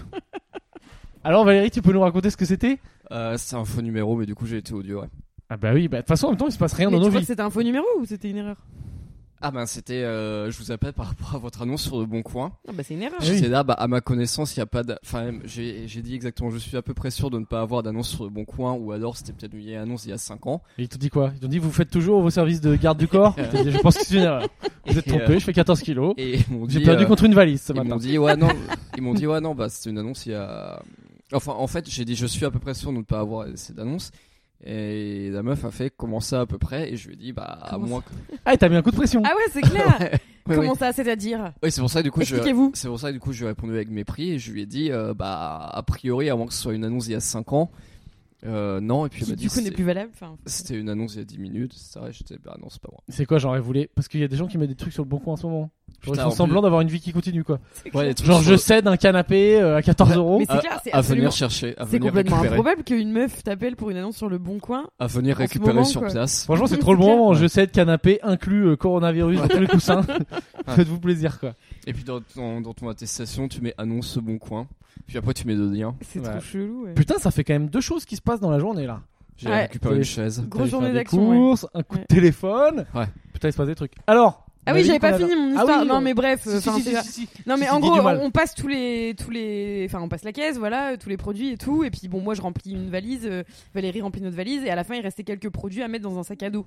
Speaker 1: Alors Valérie, tu peux nous raconter ce que c'était
Speaker 3: Euh, c'est un faux numéro, mais du coup j'ai été odieux. Ouais.
Speaker 1: Ah bah oui, bah, de toute façon, en même temps, il se passe rien
Speaker 2: Mais
Speaker 1: dans
Speaker 2: tu
Speaker 1: nos
Speaker 2: crois que
Speaker 1: vies.
Speaker 2: c'était un faux numéro ou c'était une erreur
Speaker 3: Ah ben c'était, euh, je vous appelle par rapport à votre annonce sur le Bon Coin.
Speaker 2: Non, bah c'est une erreur.
Speaker 1: Ah oui.
Speaker 3: Je sais là, bah, à ma connaissance, il y a pas. d'a- Enfin, j'ai j'ai dit exactement. Je suis à peu près sûr de ne pas avoir d'annonce sur le Bon Coin, ou alors c'était peut-être une vieille annonce il y a 5 ans.
Speaker 1: Et Ils t'ont dit quoi Ils t'ont dit, vous faites toujours vos services de garde du corps Ils t'ont dit, Je pense que c'est une erreur. Vous êtes
Speaker 3: Et, euh,
Speaker 1: trompé, je fais 14 kilos.
Speaker 3: Et ils m'ont
Speaker 1: J'ai
Speaker 3: dit,
Speaker 1: perdu
Speaker 3: euh,
Speaker 1: contre une valise ce
Speaker 3: ils
Speaker 1: matin.
Speaker 3: m'ont dit ouais non. ils m'ont dit ouais non. Bah c'était une annonce il y a. Enfin, en fait, j'ai dit je suis à peu près sûr de ne pas avoir cette annonce. Et la meuf a fait comment ça à peu près et je lui ai dit bah à
Speaker 2: Comment
Speaker 3: moins
Speaker 1: Ah, et t'as mis un coup de pression.
Speaker 2: Ah ouais, c'est clair.
Speaker 3: que. Ouais,
Speaker 2: Comment ça, c'est-à-dire
Speaker 3: Oui, c'est pour ça que du coup je
Speaker 2: Expliquez-vous.
Speaker 3: c'est pour ça que du coup je lui ai répondu avec mépris et je lui ai dit euh, bah a priori à moins que ce soit une annonce il y a 5 ans euh, non et puis elle
Speaker 2: Qui
Speaker 3: m'a dit
Speaker 2: du coup n'est
Speaker 3: c'est-
Speaker 2: plus valable. Enfin,
Speaker 3: c'était une annonce il y a 10 minutes c'est vrai j'étais bah non c'est pas moi
Speaker 1: C'est quoi, genre, elle voulait. Parce qu'il y a des gens qui mettent des trucs sur le bon coin en ce moment. Genre, ils
Speaker 3: Putain,
Speaker 1: font
Speaker 3: en
Speaker 1: semblant d'avoir une vie qui continue, quoi.
Speaker 2: c'est
Speaker 3: plus, ouais,
Speaker 2: clair.
Speaker 3: les trucs
Speaker 1: Genre,
Speaker 3: sur-
Speaker 1: je cède un canapé euh, à 14 euros.
Speaker 2: Mais
Speaker 3: à-
Speaker 2: c'est clair, c'est
Speaker 3: à venir
Speaker 2: absolument.
Speaker 3: chercher à
Speaker 2: C'est
Speaker 3: venir
Speaker 2: complètement
Speaker 3: récupérer
Speaker 2: improbable qu'une meuf t'appelle pour une annonce sur le bon coin.
Speaker 3: à venir
Speaker 2: ce
Speaker 3: récupérer
Speaker 2: moment,
Speaker 3: sur
Speaker 2: quoi.
Speaker 3: place
Speaker 1: Franchement, c'est trop le
Speaker 2: C'est
Speaker 1: bon
Speaker 2: clair.
Speaker 1: moment. Je cède canapé inclus euh, coronavirus dans tous les coussins. Faites-vous plaisir, quoi.
Speaker 3: et puis dans ton, dans ton attestation tu mets annonce ce bon coin puis après tu mets deux liens
Speaker 2: C'est
Speaker 1: Ouais.
Speaker 2: trop chelou. ouais.
Speaker 1: Putain, ça fait quand même deux choses qui se passent dans la journée, là.
Speaker 3: j'ai
Speaker 2: Ouais.
Speaker 3: récupéré
Speaker 1: Oui.
Speaker 3: une chaise
Speaker 1: T'allais faire
Speaker 2: Grosse journée
Speaker 1: des
Speaker 2: d'action, ouais.
Speaker 1: courses, un coup de
Speaker 2: Ouais.
Speaker 1: téléphone.
Speaker 3: Ouais.
Speaker 1: Putain, il se passe des trucs. Alors. on
Speaker 2: Ah
Speaker 1: avait
Speaker 2: oui,
Speaker 1: dit
Speaker 2: j'avais
Speaker 1: qu'on
Speaker 2: pas
Speaker 1: avait-
Speaker 2: fini mon
Speaker 1: Ah
Speaker 2: histoire.
Speaker 1: oui,
Speaker 2: non,
Speaker 1: on-
Speaker 2: mais bref.
Speaker 1: Si, si,
Speaker 2: enfin,
Speaker 1: si,
Speaker 2: c'est-
Speaker 1: si, si.
Speaker 2: Non, mais
Speaker 1: Si, si,
Speaker 2: en gros,
Speaker 1: dis du mal.
Speaker 2: on, on passe tous les, tous les, enfin, on passe la caisse, voilà, tous les produits et tout. Et puis, bon, moi, je remplis une valise, euh, Valérie remplit notre valise, et à la fin, il restait quelques produits à mettre dans un sac à dos.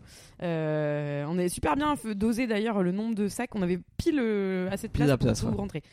Speaker 2: Euh, on est super bien f- dosé d'ailleurs le nombre de sacs. On avait pile euh, assez de
Speaker 3: Pile
Speaker 2: place
Speaker 3: à
Speaker 2: pour
Speaker 3: place,
Speaker 2: tout
Speaker 3: ouais.
Speaker 2: rentrer.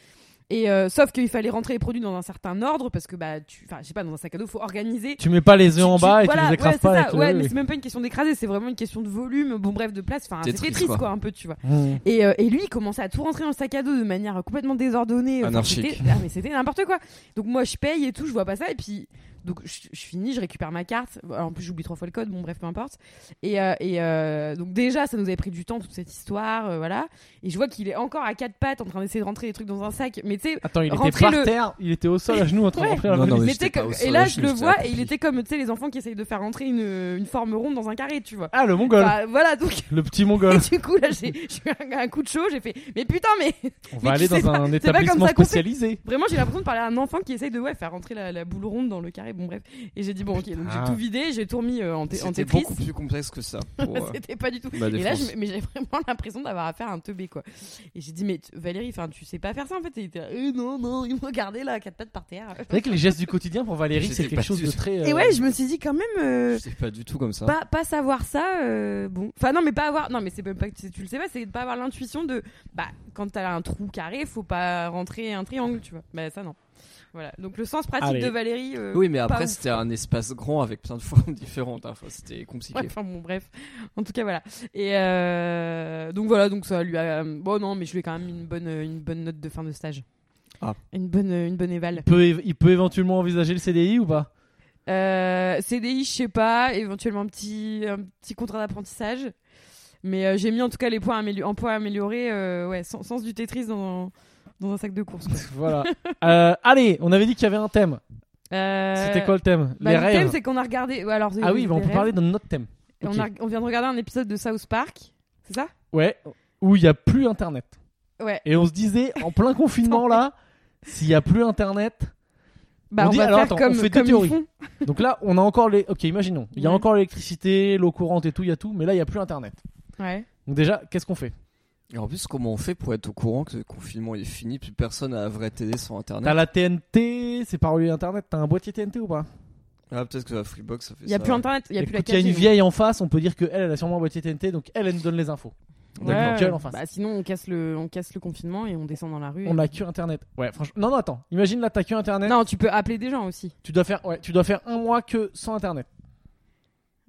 Speaker 2: Et euh, sauf qu'il fallait rentrer les produits dans un certain ordre parce que bah, tu, enfin, je sais pas, dans un sac à dos, faut organiser.
Speaker 1: Tu mets pas les œufs en
Speaker 2: Tu-
Speaker 1: bas et
Speaker 2: voilà,
Speaker 1: tu les écrases
Speaker 2: ouais,
Speaker 1: pas.
Speaker 2: c'est
Speaker 1: avec
Speaker 2: ça.
Speaker 1: le-
Speaker 2: Ouais,
Speaker 1: oui,
Speaker 2: mais
Speaker 1: oui.
Speaker 2: c'est même pas une question d'écraser, c'est vraiment une question de volume, bon bref, de place. Enfin,
Speaker 3: T'es
Speaker 2: c'est très
Speaker 3: triste,
Speaker 2: triste
Speaker 3: quoi.
Speaker 2: quoi, un peu, tu vois.
Speaker 1: Mmh.
Speaker 2: Et, euh, et lui, il commençait à tout rentrer dans le sac à dos de manière complètement désordonnée. euh, Enfin,
Speaker 3: Anarchique.
Speaker 2: c'était- ah, mais c'était n'importe quoi. Donc moi, je paye et tout, je vois pas ça. Et puis, Donc je, je finis, je récupère ma carte. Alors, en plus, j'oublie trois fois le code. Bon, bref, peu importe. Et, euh, et, euh, donc déjà, ça nous avait pris du temps toute cette histoire, euh, voilà. Et je vois qu'il est encore à quatre pattes en train d'essayer de rentrer des trucs dans un sac. Mais tu sais,
Speaker 1: Attends, il était
Speaker 2: Rentrez
Speaker 1: par
Speaker 2: le-
Speaker 1: terre, il était au sol à genoux en train de
Speaker 2: Ouais.
Speaker 1: remplir la
Speaker 3: Ah Non, non,
Speaker 1: valise.
Speaker 3: mais
Speaker 2: il
Speaker 3: j'étais
Speaker 2: était
Speaker 3: pas
Speaker 2: comme-
Speaker 3: au
Speaker 2: et
Speaker 3: sol,
Speaker 2: là
Speaker 3: je
Speaker 2: je le
Speaker 3: j'étais à
Speaker 2: vois
Speaker 3: la
Speaker 2: et il était comme tu sais les enfants qui essayent de faire rentrer une, une forme ronde dans un carré, tu vois.
Speaker 1: Ah, le mongol,
Speaker 2: Enfin, voilà donc.
Speaker 1: le petit mongol.
Speaker 2: Et du coup là j'ai j'ai eu un, un coup de chaud, j'ai fait mais putain mais
Speaker 1: On
Speaker 2: mais
Speaker 1: va aller
Speaker 2: tu sais
Speaker 1: dans
Speaker 2: pas-
Speaker 1: un
Speaker 2: c'est pas comme
Speaker 1: établissement
Speaker 2: ça qu'on fait.
Speaker 1: spécialisé.
Speaker 2: Vraiment, j'ai l'impression de parler à un enfant qui essaye de ouais, faire rentrer la, la boule ronde dans le carré. Bon, bref. Et j'ai dit, bon, ok, donc j'ai
Speaker 1: Putain.
Speaker 2: tout vidé, j'ai tout remis euh, en, té- en
Speaker 3: Ah. C'était
Speaker 2: Tetris.
Speaker 3: beaucoup plus complexe que ça. pour, euh,
Speaker 2: C'était pas du tout.
Speaker 3: ma
Speaker 2: et là,
Speaker 3: défense.
Speaker 2: je- mais j'ai vraiment l'impression d'avoir affaire à un teubé, quoi. Et j'ai dit, mais tu- Valérie, enfin, tu sais pas faire ça en fait. Et il était là, Eh, non, non, il me regardait là, à quatre pattes par terre.
Speaker 1: C'est vrai que les gestes du quotidien pour Valérie,
Speaker 3: J'étais
Speaker 1: c'est quelque
Speaker 3: pas
Speaker 1: chose de
Speaker 3: sûr.
Speaker 1: très. euh,
Speaker 2: Et ouais, je me suis dit, quand même, euh,
Speaker 3: J'étais pas du tout comme ça.
Speaker 2: pas, pas savoir ça, euh, bon. Enfin, non, mais pas avoir. Non, mais c'est même pas que tu, tu le sais pas, c'est de pas avoir l'intuition de. Bah, quand t'as un trou carré, faut pas rentrer un triangle, tu vois. Bah, ça, non. Voilà. Donc, le sens pratique
Speaker 1: Allez.
Speaker 2: de Valérie. euh,
Speaker 3: Oui, mais
Speaker 2: pas
Speaker 3: après,
Speaker 2: ouf.
Speaker 3: c'était un espace grand avec plein de formes différentes. hein. Enfin, c'était compliqué.
Speaker 2: Ouais, enfin bon, bref. En tout cas, voilà. Et euh, donc voilà, donc ça lui a. euh, Bon, non, mais je lui ai quand même mis une bonne, euh, une bonne note de fin de stage.
Speaker 3: Ah.
Speaker 2: Une bonne, euh, une bonne éval.
Speaker 1: il peut, il peut éventuellement envisager le CDI ou pas
Speaker 2: Euh, CDI, je sais pas, éventuellement un petit, un petit contrat d'apprentissage. Mais euh, j'ai mis en tout cas les points amélio- en points améliorés, euh, ouais, sens, sens du Tetris dans un, dans un sac de course. quoi.
Speaker 1: Voilà. Euh, allez, on avait dit qu'il y avait un thème.
Speaker 2: Euh,
Speaker 1: C'était quoi le thème
Speaker 2: bah,
Speaker 1: Les
Speaker 2: le
Speaker 1: rêves.
Speaker 2: thème, c'est qu'on a regardé. ouais, Alors,
Speaker 1: ah oui,
Speaker 2: les
Speaker 1: bah, on peut
Speaker 2: rêves.
Speaker 1: parler de notre thème.
Speaker 2: Et
Speaker 1: ok.
Speaker 2: On, a- on vient de regarder un épisode de South Park, c'est ça
Speaker 1: Ouais, où il n'y a plus internet.
Speaker 2: Ouais.
Speaker 1: Et on se disait, en plein confinement là, s'il n'y a plus internet.
Speaker 2: Bah,
Speaker 1: On
Speaker 2: on,
Speaker 1: dit-
Speaker 2: va
Speaker 1: alors,
Speaker 2: faire
Speaker 1: attends, on
Speaker 2: comme,
Speaker 1: fait des
Speaker 2: comme ils
Speaker 1: théories.
Speaker 2: font.
Speaker 1: Donc là, on a encore les. Ok, imaginons. Il y a
Speaker 2: Ouais.
Speaker 1: encore l'électricité, l'eau courante et tout, il y a tout, mais là, il n'y a plus internet.
Speaker 2: Ouais.
Speaker 1: Donc déjà, qu'est-ce qu'on fait
Speaker 3: Et en plus, comment on fait pour être au courant que le confinement il est fini, plus personne à la vraie télé sans internet
Speaker 1: T'as la TNT, c'est par lui internet. T'as un boîtier TNT ou pas
Speaker 3: Ah, peut-être que la Freebox, ça fait
Speaker 2: Il y a
Speaker 3: ça.
Speaker 2: plus internet, il y a plus la
Speaker 1: Écoute,
Speaker 2: 4G.
Speaker 1: Il y a une
Speaker 2: donc.
Speaker 1: vieille en face, on peut dire que elle, elle a sûrement un boîtier TNT, donc elle, elle nous donne les infos.
Speaker 2: Ouais,
Speaker 1: D'accord.
Speaker 2: ouais.
Speaker 1: Qu'elle en fasse.
Speaker 2: Bah, sinon on casse le on casse le confinement et on descend dans la rue.
Speaker 1: On a que internet. Ouais, franchement. Non, non, attends. Imagine là, t'as que internet.
Speaker 2: Non, tu peux appeler des gens aussi.
Speaker 1: Tu dois faire, ouais, tu dois faire un mois que sans internet.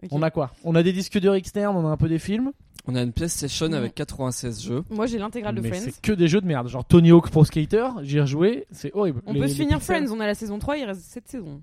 Speaker 2: Ok.
Speaker 1: On a quoi On a des disques durs externes, on a un peu des films.
Speaker 3: On a une pièce session
Speaker 2: Mm.
Speaker 3: avec 96 jeux.
Speaker 2: Moi j'ai l'intégrale de
Speaker 1: mais
Speaker 2: Friends.
Speaker 1: c'est que des jeux de merde. Genre Tony Hawk Pro Skater, j'y ai rejoué, c'est horrible.
Speaker 2: On
Speaker 1: Les-
Speaker 2: peut se
Speaker 1: les
Speaker 2: finir
Speaker 1: pixels.
Speaker 2: Friends, on a la saison 3, il reste 7 saisons.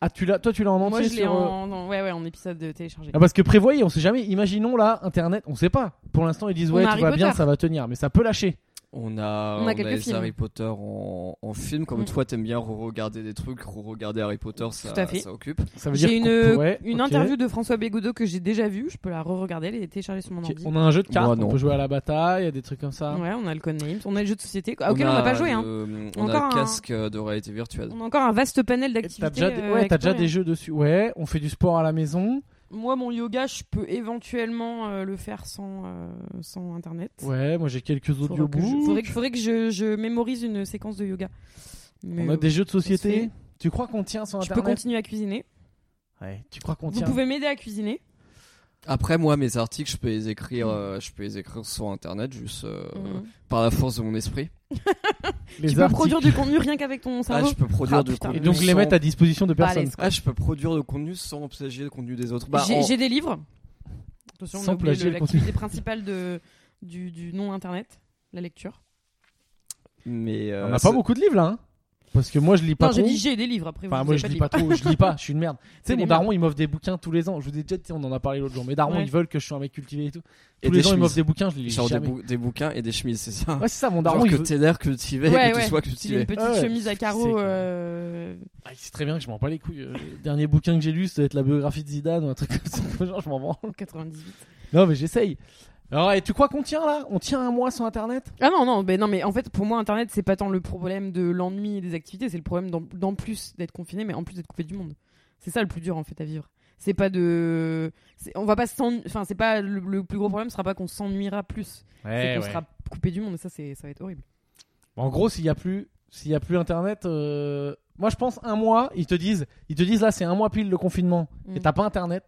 Speaker 1: Ah, tu l'as, toi, tu l'as en
Speaker 2: Moi
Speaker 1: entier
Speaker 2: je l'ai
Speaker 1: sur, euh,
Speaker 2: en... en- ouais ouais, en épisode de téléchargé.
Speaker 1: Ah, parce que prévoyez, on sait jamais. Imaginons là, internet, on sait pas. Pour l'instant, ils disent
Speaker 2: On
Speaker 1: ouais,
Speaker 2: a
Speaker 1: tout
Speaker 2: Harry
Speaker 1: va bien,
Speaker 2: Potter.
Speaker 1: ça va tenir, mais ça peut lâcher.
Speaker 3: On a,
Speaker 2: On a quelques
Speaker 3: les
Speaker 2: films.
Speaker 3: Harry Potter en, en film. Comme
Speaker 2: Mm.
Speaker 3: toi, t'aimes bien re-regarder des trucs, re-regarder Harry Potter, ça,
Speaker 2: à fait.
Speaker 3: ça occupe.
Speaker 1: Ça veut dire
Speaker 2: J'ai une
Speaker 1: qu'on pourrait-
Speaker 2: une
Speaker 1: ok.
Speaker 2: interview de François Bégodeau que j'ai déjà vue, je peux la re-regarder, elle est téléchargée sur mon
Speaker 1: Ok,
Speaker 2: ordi.
Speaker 1: On a un jeu de
Speaker 3: Moi,
Speaker 1: cartes, on
Speaker 3: non.
Speaker 1: peut jouer à la bataille, il y a des trucs comme ça.
Speaker 2: Ouais, on a le codenames, on a le jeu de société quoi, auquel on n'a
Speaker 3: a
Speaker 2: pas joué hein.
Speaker 3: le-
Speaker 2: On a
Speaker 3: On a
Speaker 2: encore
Speaker 3: le
Speaker 2: un-
Speaker 3: casque euh, de réalité virtuelle.
Speaker 2: On a encore un vaste panel
Speaker 1: Et T'as
Speaker 2: d'activités.
Speaker 1: déjà, des...
Speaker 2: euh,
Speaker 1: ouais,
Speaker 2: à
Speaker 1: t'as déjà des
Speaker 2: explorer.
Speaker 1: jeux dessus. Ouais, on fait du sport à la maison.
Speaker 2: Moi mon yoga, je peux éventuellement euh, le faire sans euh, sans internet.
Speaker 1: Ouais, moi j'ai quelques autres
Speaker 2: Faudrait que, je,
Speaker 1: audiobooks.
Speaker 2: faudrait que- faudrait que je, je mémorise une séquence de yoga. Mais
Speaker 1: On
Speaker 2: euh,
Speaker 1: a des jeux de
Speaker 2: ça se
Speaker 1: société.
Speaker 2: fait.
Speaker 1: Tu crois qu'on tient sans
Speaker 2: je peux
Speaker 1: internet
Speaker 2: continuer à cuisiner.
Speaker 1: Ouais, tu crois qu'on
Speaker 2: Vous
Speaker 1: tient
Speaker 2: pouvez m'aider à cuisiner.
Speaker 3: Après, moi, mes articles, je peux les écrire,
Speaker 2: Mm.
Speaker 3: euh, je peux les écrire sur internet, juste euh,
Speaker 2: Mhm.
Speaker 3: par la force de mon esprit.
Speaker 1: les
Speaker 2: Tu peux
Speaker 1: articles.
Speaker 2: produire du contenu rien qu'avec ton
Speaker 3: Ah,
Speaker 2: cerveau. Bah,
Speaker 3: je peux produire
Speaker 2: Ah,
Speaker 3: du
Speaker 2: putain,
Speaker 3: contenu.
Speaker 1: Et donc les
Speaker 3: sans-
Speaker 1: mettre à disposition de personnes.
Speaker 2: Balèze.
Speaker 3: Ah, je peux produire le contenu sans plagier le contenu des autres. Bah,
Speaker 2: J'ai
Speaker 3: en-
Speaker 2: j'ai des livres. Attention,
Speaker 1: Sans
Speaker 2: on a oublié
Speaker 1: plagier
Speaker 2: le-
Speaker 1: le contenu.
Speaker 2: l'activité principale de, du, du non-internet, la lecture.
Speaker 3: Mais euh,
Speaker 1: On n'a
Speaker 3: ça-
Speaker 1: pas beaucoup de livres là, hein Parce que moi je lis pas
Speaker 2: non, j'ai
Speaker 1: trop.
Speaker 2: dit j'ai des livres après.
Speaker 1: Enfin,
Speaker 2: vous
Speaker 1: moi
Speaker 2: avez
Speaker 1: je
Speaker 2: de
Speaker 1: lis
Speaker 2: livres.
Speaker 1: pas trop, je lis pas, je suis une merde. Tu sais,
Speaker 2: C'est
Speaker 1: mon
Speaker 2: des
Speaker 1: daron il m'offre des bouquins tous les ans. Je vous ai déjà dit, on en a parlé l'autre jour. Mes darons
Speaker 2: Ouais.
Speaker 1: ils veulent que je sois un mec cultivé et tout.
Speaker 3: Et
Speaker 1: Tous
Speaker 3: des
Speaker 1: les ans ils
Speaker 3: chemises.
Speaker 1: m'offrent des bouquins, je les lis
Speaker 3: Genre des,
Speaker 1: jamais.
Speaker 3: bou- des bouquins et des chemises, c'est ça.
Speaker 1: Ouais, bah c'est ça, mon daron
Speaker 3: Genre
Speaker 1: il
Speaker 3: que
Speaker 1: veut-
Speaker 3: t'aies l'air cultivé
Speaker 2: Ouais,
Speaker 3: et que
Speaker 2: ouais.
Speaker 3: tu sois
Speaker 2: Il a
Speaker 3: cultivé.
Speaker 2: une petite
Speaker 1: Ah ouais.
Speaker 2: chemise à
Speaker 1: C'est
Speaker 2: carreaux.
Speaker 1: quoi
Speaker 2: euh,
Speaker 1: Ah, c'est très bien que je m'en bats les couilles. Euh, Le dernier bouquin que j'ai lu, ça doit être la biographie de Zidane ou un truc comme ça. Genre, je m'en branle.
Speaker 2: en 98.
Speaker 1: Non, mais j'essaye. Alors, et tu crois qu'on tient là On tient un mois sans internet
Speaker 2: Ah non, non, mais non, mais en fait, pour moi, Internet, c'est pas tant le problème de l'ennui et des activités, c'est le problème d'en- d'en plus d'être confiné, mais en plus d'être coupé du monde. C'est ça le plus dur, en fait, à vivre. C'est pas de. c'est- On va pas s'ennuyer. Enfin, c'est pas. Le, le plus gros problème sera pas qu'on s'ennuiera plus.
Speaker 1: Eh
Speaker 2: c'est qu'on sera coupé du monde, et ça, c'est- ça va être horrible.
Speaker 1: En gros, s'il y a plus, s'il y a plus internet, euh, moi je pense un mois, ils te disent, ils te disent là c'est un mois pile le confinement et
Speaker 2: Mm.
Speaker 1: t'as pas internet.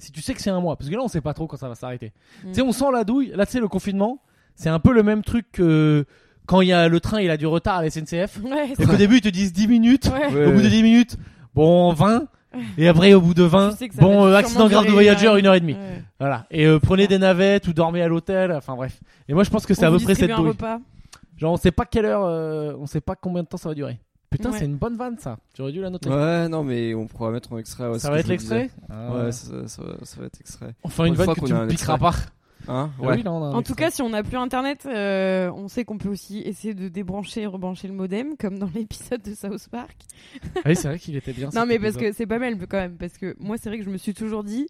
Speaker 1: Si tu sais que c'est un mois, parce que là on sait pas trop quand ça va s'arrêter.
Speaker 2: Mm.
Speaker 1: Tu sais, on sent la douille. Là, tu sais, le confinement, c'est un peu le même truc que quand il y a le train, il a du retard à la SNCF.
Speaker 2: Ouais,
Speaker 1: Et qu'au début, ils te disent 10 minutes.
Speaker 2: c'est- ouais.
Speaker 3: Ouais,
Speaker 1: Au bout de
Speaker 3: ouais.
Speaker 1: 10 minutes, bon, 20. Et après, au bout de 20,
Speaker 2: Tu sais que ça
Speaker 1: bon,
Speaker 2: va
Speaker 1: euh,
Speaker 2: sûrement
Speaker 1: accident grave de
Speaker 2: durer une
Speaker 1: voyageur,
Speaker 2: heure et
Speaker 1: une heure et demie.
Speaker 2: Ouais.
Speaker 1: Voilà. Et euh, prenez des navettes ou dormez à l'hôtel. Enfin bref. Et moi, je pense que c'est
Speaker 2: On
Speaker 1: à
Speaker 2: vous
Speaker 1: peu près
Speaker 2: distribue
Speaker 1: cette
Speaker 2: un
Speaker 1: douille.
Speaker 2: repas.
Speaker 1: Genre, on sait pas quelle heure, euh, on sait pas combien de temps ça va durer. Putain,
Speaker 2: Ouais.
Speaker 1: c'est une bonne vanne ça. J'aurais dû la noter.
Speaker 3: Ouais, non, mais on pourra mettre en extrait. ouais, ce
Speaker 1: ça va
Speaker 3: que
Speaker 1: être
Speaker 3: je vous disais.
Speaker 1: l'extrait Ah ouais.
Speaker 3: Ouais, ça, ça va- ça va être extrait.
Speaker 1: Enfin,
Speaker 3: Pour
Speaker 1: une
Speaker 3: une
Speaker 1: vanne
Speaker 3: fois
Speaker 1: que
Speaker 3: qu'on
Speaker 1: tu
Speaker 3: a
Speaker 1: me
Speaker 3: un
Speaker 1: piqueras
Speaker 3: extrait.
Speaker 1: pas.
Speaker 3: Hein
Speaker 1: Ah
Speaker 3: Ouais.
Speaker 1: oui, là, on a un
Speaker 2: En tout
Speaker 1: extrait.
Speaker 2: cas, si on n'a plus internet, euh, on sait qu'on peut aussi essayer de débrancher et rebrancher le modem, comme dans l'épisode de South Park.
Speaker 1: Ah oui, c'est vrai qu'il était bien.
Speaker 2: Non,
Speaker 1: cet
Speaker 2: mais parce
Speaker 1: épisode.
Speaker 2: que c'est pas mal quand même. Parce que moi, c'est vrai que je me suis toujours dit,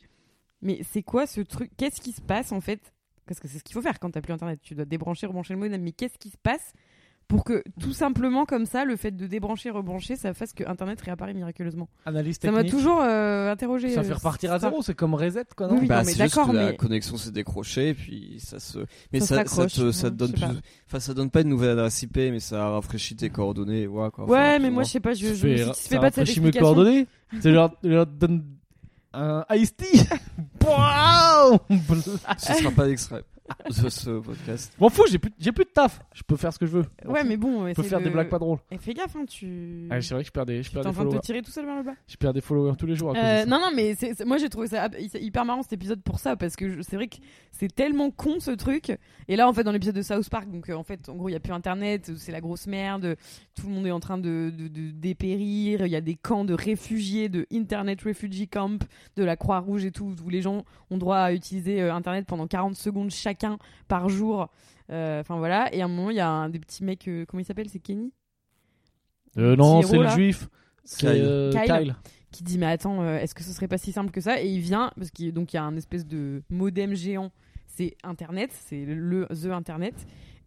Speaker 2: mais c'est quoi ce truc Qu'est-ce qui se passe en fait Parce que c'est ce qu'il faut faire quand t'as plus internet. Tu dois débrancher, rebrancher le modem. Mais qu'est-ce qui se passe pour que
Speaker 1: Mm.
Speaker 2: tout simplement comme ça, le fait de débrancher, rebrancher, ça fasse que internet réapparaît miraculeusement
Speaker 1: analyse
Speaker 2: Ça m'a
Speaker 1: technique,
Speaker 2: toujours euh, interrogé.
Speaker 1: ça fait repartir à zéro. C'est comme reset, quoi.
Speaker 2: Oui,
Speaker 1: non
Speaker 2: oui.
Speaker 3: Bah,
Speaker 2: non, mais
Speaker 3: c'est juste
Speaker 2: d'accord,
Speaker 3: que la
Speaker 2: mais-
Speaker 3: connexion s'est décrochée, puis ça se. Mais
Speaker 2: Ça
Speaker 3: ça, ça,
Speaker 2: s'accroche,
Speaker 3: te, ça te
Speaker 2: ouais,
Speaker 3: donne
Speaker 2: je sais
Speaker 3: plus- Enfin, ça donne pas une nouvelle adresse IP, mais ça rafraîchit tes coordonnées, ouais, quoi.
Speaker 2: Ouais,
Speaker 3: Enfin,
Speaker 2: mais moi,
Speaker 3: absolument.
Speaker 2: je sais pas, je,
Speaker 1: Ça
Speaker 2: je me
Speaker 1: fait-
Speaker 2: satisfais
Speaker 1: ça
Speaker 2: pas de cette
Speaker 1: rafraîchit mes
Speaker 2: explication.
Speaker 1: coordonnées. C'est leur, leur donne un iced tea. Waouh
Speaker 3: Ce sera pas d'extrait de ce podcast.
Speaker 1: M'en fous, j'ai plus, j'ai plus de taf. Je peux faire ce que je veux.
Speaker 2: Ouais, mais bon,
Speaker 1: Je peux faire des blagues pas drôles.
Speaker 2: Et fais gaffe, hein, tu.
Speaker 1: Ah, c'est vrai que je perds des, je
Speaker 2: T'es
Speaker 1: perds
Speaker 2: en
Speaker 1: des
Speaker 2: train de
Speaker 1: followers.
Speaker 2: te tirer tout seul vers le bas.
Speaker 1: Je perds des followers tous les jours. à cause de
Speaker 2: Euh,
Speaker 1: ça.
Speaker 2: non, non, mais c'est- c'est- moi j'ai trouvé ça hy- hyper marrant cet épisode pour ça parce que je- c'est vrai que c'est tellement con ce truc. Et là, en fait, dans l'épisode de South Park, donc euh, en fait, en gros, il y a plus internet, c'est la grosse merde, tout le monde est en train de, de- de dépérir, il y a des camps de réfugiés, de Internet Refugee Camp, de la Croix-Rouge et tout, où les gens ont droit à utiliser euh, internet pendant 40 secondes chacun par jour. Euh, Enfin voilà, et à un moment, il y a un des petits mecs, euh, comment il s'appelle C'est Kenny
Speaker 1: Euh, non,
Speaker 2: Petit
Speaker 1: c'est
Speaker 2: héros,
Speaker 1: le
Speaker 2: là.
Speaker 1: juif. C'est
Speaker 3: Kyle.
Speaker 1: euh,
Speaker 2: Kyle.
Speaker 1: Kyle.
Speaker 2: qui dit mais attends euh, est-ce que ce serait pas si simple que ça et il vient parce qu'il donc il y a un espèce de modem géant c'est internet c'est le the internet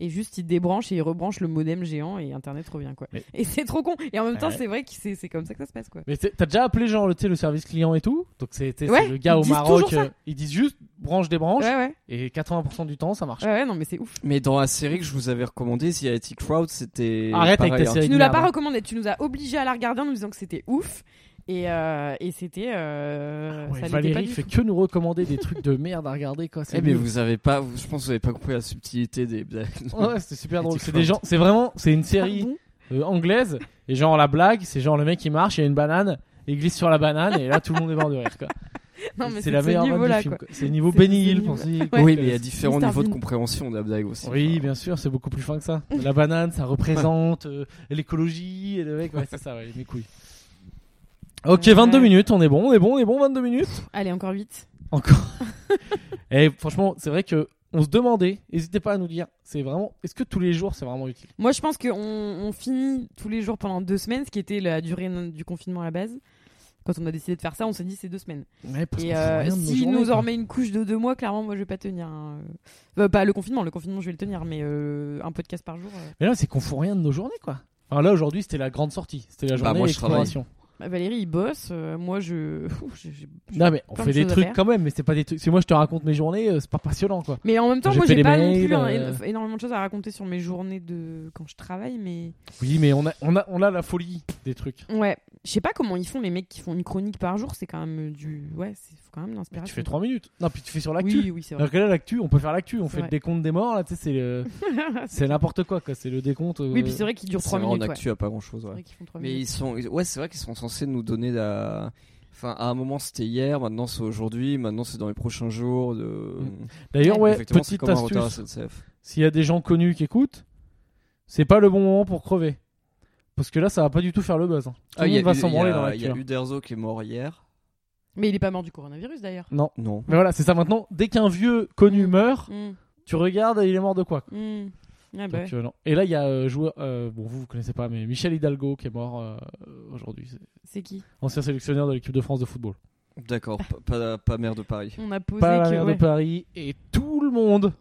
Speaker 2: et juste il débranche et il rebranche le modem géant et internet revient quoi
Speaker 1: Mais-
Speaker 2: et c'est trop con et en même temps
Speaker 1: Ouais.
Speaker 2: c'est vrai que c'est c'est comme ça que ça se passe quoi
Speaker 1: Mais t'es- t'as déjà appelé genre le, tu sais, le service client et tout Donc c'est t'es- c'est
Speaker 2: Ouais,
Speaker 1: le gars
Speaker 2: ils
Speaker 1: au
Speaker 2: disent
Speaker 1: Maroc,
Speaker 2: toujours ça.
Speaker 1: euh, ils disent juste branche des branches
Speaker 2: ouais ouais
Speaker 1: et 80% du temps ça marche.
Speaker 2: ouais, ouais, non mais c'est ouf
Speaker 3: Mais dans la série que je vous avais recommandée, The IT Crowd, c'était.
Speaker 1: Arrête avec
Speaker 3: pareil,
Speaker 1: ta
Speaker 3: hein.
Speaker 1: série.
Speaker 2: tu nous l'as
Speaker 1: de
Speaker 2: pas
Speaker 1: merde.
Speaker 2: recommandé tu nous as obligé à la regarder en nous disant que c'était ouf et, euh, et c'était euh,
Speaker 1: hein. Ah Ouais,
Speaker 2: ça l'était pas
Speaker 1: Valérie
Speaker 2: du
Speaker 1: fait que
Speaker 2: tout.
Speaker 1: nous recommander des trucs de merde à regarder quoi. c'est
Speaker 3: Eh, mais
Speaker 1: nul.
Speaker 3: vous avez pas. vous- Je pense que vous avez pas compris la subtilité des blagues.
Speaker 1: Ouais, c'est super drôle.
Speaker 3: Ethic
Speaker 1: C'est
Speaker 3: Crowd.
Speaker 1: des gens, c'est vraiment, c'est une série
Speaker 2: Pardon
Speaker 1: euh, anglaise et genre la blague, c'est genre le mec il marche, il y a une banane, il glisse sur la banane et là tout le monde est mort de rire quoi.
Speaker 2: non mais
Speaker 1: c'est la
Speaker 2: ce
Speaker 1: meilleure vanne
Speaker 2: niveau
Speaker 1: du
Speaker 2: là
Speaker 1: film.
Speaker 2: quoi
Speaker 1: quoi. C'est niveau
Speaker 2: C'est-
Speaker 1: Benny
Speaker 2: c'est
Speaker 1: Hill
Speaker 2: nul.
Speaker 1: pour dire.
Speaker 2: Ouais.
Speaker 3: Oui, mais il y a différents
Speaker 2: Mr.
Speaker 3: niveaux de
Speaker 2: Bean.
Speaker 3: compréhension de la blague aussi.
Speaker 1: Oui,
Speaker 3: Enfin,
Speaker 1: bien sûr, c'est beaucoup plus fin que ça. La banane, ça représente euh, l'écologie et le mec, ouais, c'est ça, ouais, mes couilles. Ok, 22
Speaker 2: Ouais.
Speaker 1: minutes, on est bon, on est bon, on est bon, 22 minutes.
Speaker 2: allez encore vite
Speaker 1: Encore. et franchement, c'est vrai que on se demandait, n'hésitez pas à nous dire, c'est vraiment, est-ce que tous les jours c'est vraiment utile
Speaker 2: Moi, je pense qu'on on finit tous les jours pendant deux semaines, ce qui était la durée n- du confinement à la base. Quand on a décidé de faire ça, on s'est dit c'est deux semaines.
Speaker 1: Ouais, parce
Speaker 2: Et
Speaker 1: qu'on fait
Speaker 2: euh,
Speaker 1: rien de nos
Speaker 2: s'il
Speaker 1: journées,
Speaker 2: nous en
Speaker 1: quoi.
Speaker 2: remet une couche de deux mois, clairement, moi, je vais pas tenir. hein. Euh, pas le confinement, le confinement, je vais le tenir, mais euh, un podcast par jour. euh.
Speaker 1: Mais là, c'est qu'on fout rien de nos journées, quoi. Enfin, là, aujourd'hui, c'était la grande sortie, c'était la
Speaker 3: Bah,
Speaker 1: journée
Speaker 3: moi, je
Speaker 1: exploration.
Speaker 2: Bah, Valérie, il bosse. euh, moi, je. Ouh, j'ai- j'ai- j'ai-
Speaker 1: Non, mais on
Speaker 2: Plein
Speaker 1: fait
Speaker 2: de
Speaker 1: des
Speaker 2: choses à
Speaker 1: trucs
Speaker 2: faire.
Speaker 1: quand même, mais c'est pas des trucs. Si moi je te raconte mes journées, euh, c'est pas passionnant, quoi.
Speaker 2: Mais en même temps,
Speaker 1: J'ai
Speaker 2: moi,
Speaker 1: fait
Speaker 2: j'ai
Speaker 1: des
Speaker 2: pas non
Speaker 1: mails,
Speaker 2: plus hein,
Speaker 1: euh.
Speaker 2: éno- énormément de choses à raconter sur mes journées de quand je travaille, mais.
Speaker 1: Oui, mais on a, on a, on a la folie des trucs.
Speaker 2: Ouais. Je sais pas comment ils font les mecs qui font une chronique par jour. C'est quand même euh, du. Ouais, c'est faut quand même de
Speaker 1: Mais
Speaker 2: l'inspiration.
Speaker 1: tu fais 3 minutes. Non, puis tu fais sur l'actu.
Speaker 2: Oui, oui, c'est vrai.
Speaker 1: Alors que là, l'actu, on peut faire l'actu, on
Speaker 2: C'est
Speaker 1: fait le
Speaker 2: vrai.
Speaker 1: décompte des morts, là, tu sais, c'est le- c'est n'importe quoi, quoi. C'est le décompte. euh,
Speaker 2: Oui, puis c'est vrai qu'il dure
Speaker 3: C'est
Speaker 2: 3
Speaker 3: vrai, en
Speaker 2: minutes. ouais.
Speaker 3: actu, il y a pas grand chose,
Speaker 2: C'est
Speaker 3: ouais.
Speaker 2: vrai qu'ils font trois
Speaker 3: Mais
Speaker 2: minutes.
Speaker 3: ils sont, ils- ouais, c'est vrai qu'ils sont censés nous donner la. Enfin, à un moment c'était hier, maintenant c'est aujourd'hui, maintenant c'est dans les prochains jours. De...
Speaker 1: Mm. D'ailleurs, ouais,
Speaker 3: Effectivement, c'est
Speaker 1: petite
Speaker 3: comme un retard
Speaker 1: astuce.
Speaker 3: SNCF.
Speaker 1: S'il y a des gens connus qui écoutent, c'est pas le bon moment pour crever. Parce que là, ça va pas du tout faire le buzz. hein. Tout
Speaker 3: Ah,
Speaker 1: le
Speaker 3: il y
Speaker 1: monde
Speaker 3: a
Speaker 1: va
Speaker 3: eu-
Speaker 1: s'en
Speaker 3: il y
Speaker 1: branler
Speaker 3: a-
Speaker 1: dans
Speaker 3: Il y a
Speaker 1: l'actu.
Speaker 3: Uderzo qui est mort hier.
Speaker 2: Mais il est pas mort du coronavirus d'ailleurs.
Speaker 1: Non.
Speaker 3: Non.
Speaker 1: hein. Mais voilà, c'est ça maintenant. Dès qu'un vieux connu
Speaker 2: Mm.
Speaker 1: meurt,
Speaker 2: Mm,
Speaker 1: tu regardes, il est mort de quoi, quoi.
Speaker 2: mm. Ah bah ouais.
Speaker 1: Donc, euh, non. Et là, il y a euh, joueur. euh, bon, vous, vous connaissez pas, mais Michel Hidalgo qui est mort euh, aujourd'hui. C'est
Speaker 2: C'est qui
Speaker 1: Ancien sélectionneur de l'équipe de France de football.
Speaker 3: D'accord, pas, pas, pas maire de Paris.
Speaker 2: On a posé
Speaker 1: pas la
Speaker 2: que.
Speaker 1: mer
Speaker 2: ouais.
Speaker 1: de Paris et tout le monde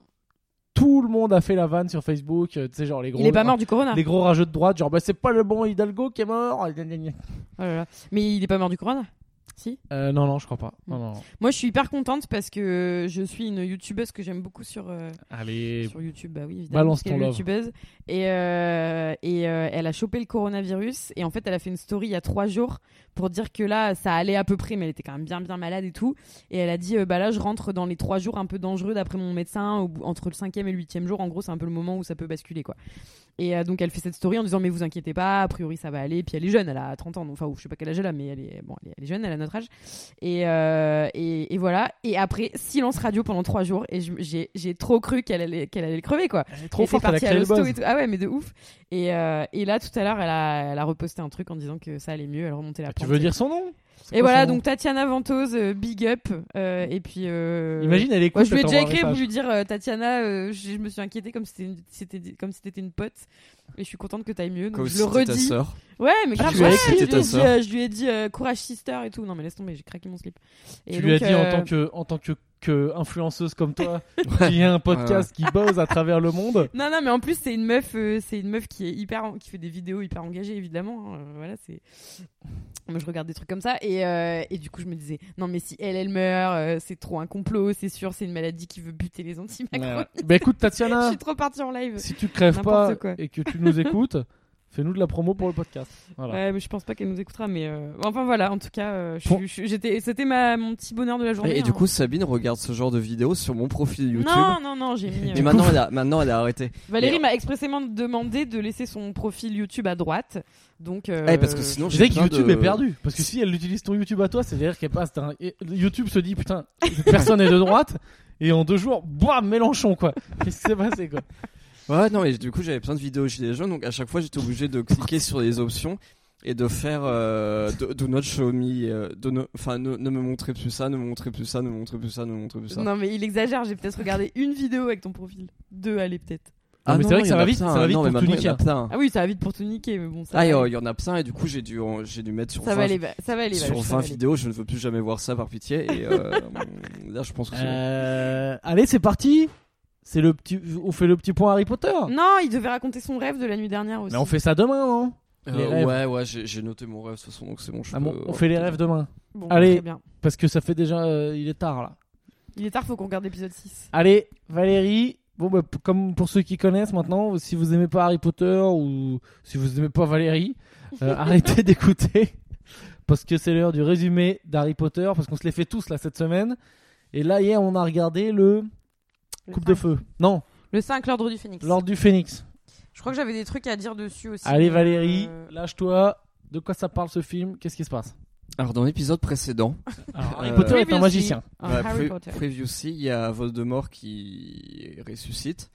Speaker 1: tout le monde a fait la vanne sur Facebook euh, tu sais genre les gros
Speaker 2: Il est pas mort du corona.
Speaker 1: les gros rageux de droite genre bah c'est pas le bon Hidalgo qui est mort Gna, gna, gna.
Speaker 2: Oh là là. Mais il est pas mort du corona. Si.
Speaker 1: Euh, non non je crois pas non, non, non.
Speaker 2: Moi, je suis hyper contente parce que je suis une youtubeuse que j'aime beaucoup sur euh,
Speaker 1: allez
Speaker 2: sur YouTube. Bah oui, évidemment.
Speaker 1: balance
Speaker 2: parce qu'elle
Speaker 1: ton
Speaker 2: est
Speaker 1: love.
Speaker 2: youtubeuse. Et euh, et euh, elle a chopé le coronavirus et en fait, elle a fait une story il y a trois jours pour dire que là, ça allait à peu près, mais elle était quand même bien bien malade et tout. Et elle a dit, euh, bah là, je rentre dans les trois jours un peu dangereux d'après mon médecin, au bout- entre le cinquième et le huitième jour. En gros, c'est un peu le moment où ça peut basculer, quoi. Et euh, donc elle fait cette story en disant mais vous inquiétez pas, a priori ça va aller. Puis elle est jeune, elle a 30 ans, donc, enfin ou je sais pas quel âge elle a, mais elle est bon, elle est, elle est jeune, elle a notre âge. Et, euh, et, et voilà. Et après silence radio pendant trois jours et je- j'ai j'ai trop cru qu'elle allait qu'elle allait crever quoi.
Speaker 1: Elle est trop
Speaker 2: Et c'est
Speaker 1: forte, elle a
Speaker 2: parti à
Speaker 1: créé le
Speaker 2: l'hosto
Speaker 1: buzz.
Speaker 2: et tout. Ah ouais mais de ouf. Et, euh, et là tout à l'heure elle a elle a reposté un truc en disant que ça allait mieux, elle remontait la
Speaker 1: Tu
Speaker 2: pente.
Speaker 1: veux dire son nom C'est
Speaker 2: Et
Speaker 1: quoi
Speaker 2: voilà
Speaker 1: son nom
Speaker 2: donc Tatiana Ventose, euh, big up. euh, et puis euh,
Speaker 1: Imagine, elle écoute.
Speaker 2: moi, je lui ai
Speaker 1: elle
Speaker 2: déjà
Speaker 1: t'envoie un
Speaker 2: écrit pour
Speaker 1: message.
Speaker 2: lui dire euh, Tatiana, euh, je, je me suis inquiétée comme si c'était une- c'était comme si t'étais une pote et je suis contente que t'ailles mieux. Donc
Speaker 3: Comme
Speaker 2: je
Speaker 3: si
Speaker 2: le
Speaker 3: c'était ta
Speaker 2: redis.
Speaker 3: sœur.
Speaker 2: Ouais, mais
Speaker 1: Ah,
Speaker 2: grave.
Speaker 1: tu lui as
Speaker 2: ouais,
Speaker 1: écrit,
Speaker 2: je, lui
Speaker 3: ta
Speaker 2: ai dit,
Speaker 3: sœur.
Speaker 2: euh, je lui ai dit euh, courage sister et tout. Non mais laisse tomber, j'ai craqué mon slip. Et
Speaker 1: Tu lui as
Speaker 2: donc,
Speaker 1: dit en
Speaker 2: euh,
Speaker 1: tant que, en tant que, que influenceuse comme toi,
Speaker 3: Ouais.
Speaker 1: qu'il y a un podcast qui buzz à travers le monde.
Speaker 2: Non non mais en plus c'est une meuf, euh, c'est une meuf qui est hyper, en- qui fait des vidéos hyper engagées évidemment. hein, euh, voilà c'est. Moi je regarde des trucs comme ça et, euh, et du coup je me disais non mais si elle elle meurt, euh, c'est trop un complot, c'est sûr, c'est une maladie qui veut buter les anti macron.
Speaker 1: Bah écoute,
Speaker 2: je
Speaker 1: Tatiana,
Speaker 2: suis trop partie en live.
Speaker 1: si tu crèves pas
Speaker 2: N'importe quoi.
Speaker 1: et que tu nous écoutes, fais-nous de la promo pour le podcast. Voilà.
Speaker 2: Ouais, mais je pense pas qu'elle nous écoutera, mais euh, enfin voilà, en tout cas, euh, je-
Speaker 1: Bon.
Speaker 2: je- j'étais, c'était ma mon petit bonheur de la journée.
Speaker 3: Et, et du
Speaker 2: hein.
Speaker 3: coup, Sabine regarde ce genre de vidéos sur mon profil YouTube.
Speaker 2: non, non, non, j'ai mis.
Speaker 3: et
Speaker 2: euh,
Speaker 3: maintenant, elle a, maintenant, elle a arrêté.
Speaker 2: Valérie
Speaker 3: mais-
Speaker 2: m'a expressément demandé de laisser son profil YouTube à droite, donc. euh,
Speaker 3: Eh, parce que sinon,
Speaker 1: Je
Speaker 3: j'ai
Speaker 1: dirais que
Speaker 3: plein de-
Speaker 1: YouTube est perdu. Parce que si elle utilise ton YouTube à toi, c'est-à-dire qu'elle passe d'un. et YouTube se dit, putain, personne n'est de droite. Et en deux jours, boum, Mélenchon, quoi. Qu'est-ce qui s'est passé, quoi
Speaker 3: Ouais, non, et du coup, j'avais plein de vidéos gilets jaunes, donc à chaque fois, j'étais obligé de cliquer sur les options et de faire euh, de, de notre show me, euh, de no- enfin, ne, ne me montrer plus ça, ne me montrer plus ça, ne me montrer plus ça, ne me montrer plus ça.
Speaker 2: Non mais il exagère, j'ai peut-être regardé une vidéo avec ton profil, deux allez peut-être.
Speaker 1: Non, mais c'est
Speaker 3: non,
Speaker 1: vrai que
Speaker 3: il y
Speaker 1: ça
Speaker 3: en
Speaker 1: va
Speaker 3: a
Speaker 1: vite,
Speaker 3: plein,
Speaker 1: ça va vite
Speaker 3: non, mais
Speaker 1: pour tout
Speaker 3: maintenant, il y en a
Speaker 1: niquer.
Speaker 3: plein.
Speaker 2: Ah oui, ça va vite pour tout niquer, mais bon ça.
Speaker 3: Ah,
Speaker 2: va
Speaker 3: et, euh,
Speaker 2: aller.
Speaker 3: il y en a plein, et du coup, j'ai dû, en- j'ai dû mettre sur
Speaker 2: ça
Speaker 3: 20
Speaker 2: va aller, va- ça va aller.
Speaker 3: sur
Speaker 2: Valérie, ça
Speaker 3: 20
Speaker 2: va aller.
Speaker 3: vidéos, je ne veux plus jamais voir ça par pitié. Et euh, là, je pense que c'est bon.
Speaker 1: Euh, Allez, c'est parti. C'est le petit. On fait le petit point Harry Potter.
Speaker 2: Non, il devait raconter son rêve de la nuit dernière aussi.
Speaker 1: Mais on fait ça demain, non les
Speaker 3: Euh,
Speaker 1: rêves.
Speaker 3: ouais, ouais, j'ai j'ai noté mon rêve de toute façon, donc c'est bon. Je
Speaker 1: Ah
Speaker 3: peux-
Speaker 1: bon, On fait les rêves demain.
Speaker 2: Bon,
Speaker 1: Allez.
Speaker 2: très bien.
Speaker 1: Parce que ça fait déjà. euh, il est tard, là.
Speaker 2: Il est tard, faut qu'on regarde l'épisode 6
Speaker 1: Allez, Valérie. Bon, bah, p- comme pour ceux qui connaissent maintenant, si vous aimez pas Harry Potter ou si vous aimez pas Valérie, euh, arrêtez d'écouter parce que c'est l'heure du résumé d'Harry Potter parce qu'on se les fait tous là cette semaine. Et là, hier, on a regardé le
Speaker 2: Le
Speaker 1: Coupe de
Speaker 2: cinq.
Speaker 1: Feu. Non,
Speaker 2: Le 5, l'ordre du phénix.
Speaker 1: l'Ordre du Phénix.
Speaker 2: Je crois que j'avais des trucs à dire dessus aussi.
Speaker 1: Allez,
Speaker 2: mais,
Speaker 1: Valérie,
Speaker 2: euh,
Speaker 1: lâche-toi. De quoi ça parle ce film Qu'est-ce qui se passe
Speaker 3: Alors, dans l'épisode précédent,
Speaker 1: Alors, Harry
Speaker 3: Euh,
Speaker 1: Potter est un
Speaker 2: Previously
Speaker 1: magicien.
Speaker 2: on
Speaker 3: bah,
Speaker 2: Ah, Harry
Speaker 3: pre-
Speaker 2: Potter.
Speaker 3: previously, il y a Voldemort qui ressuscite.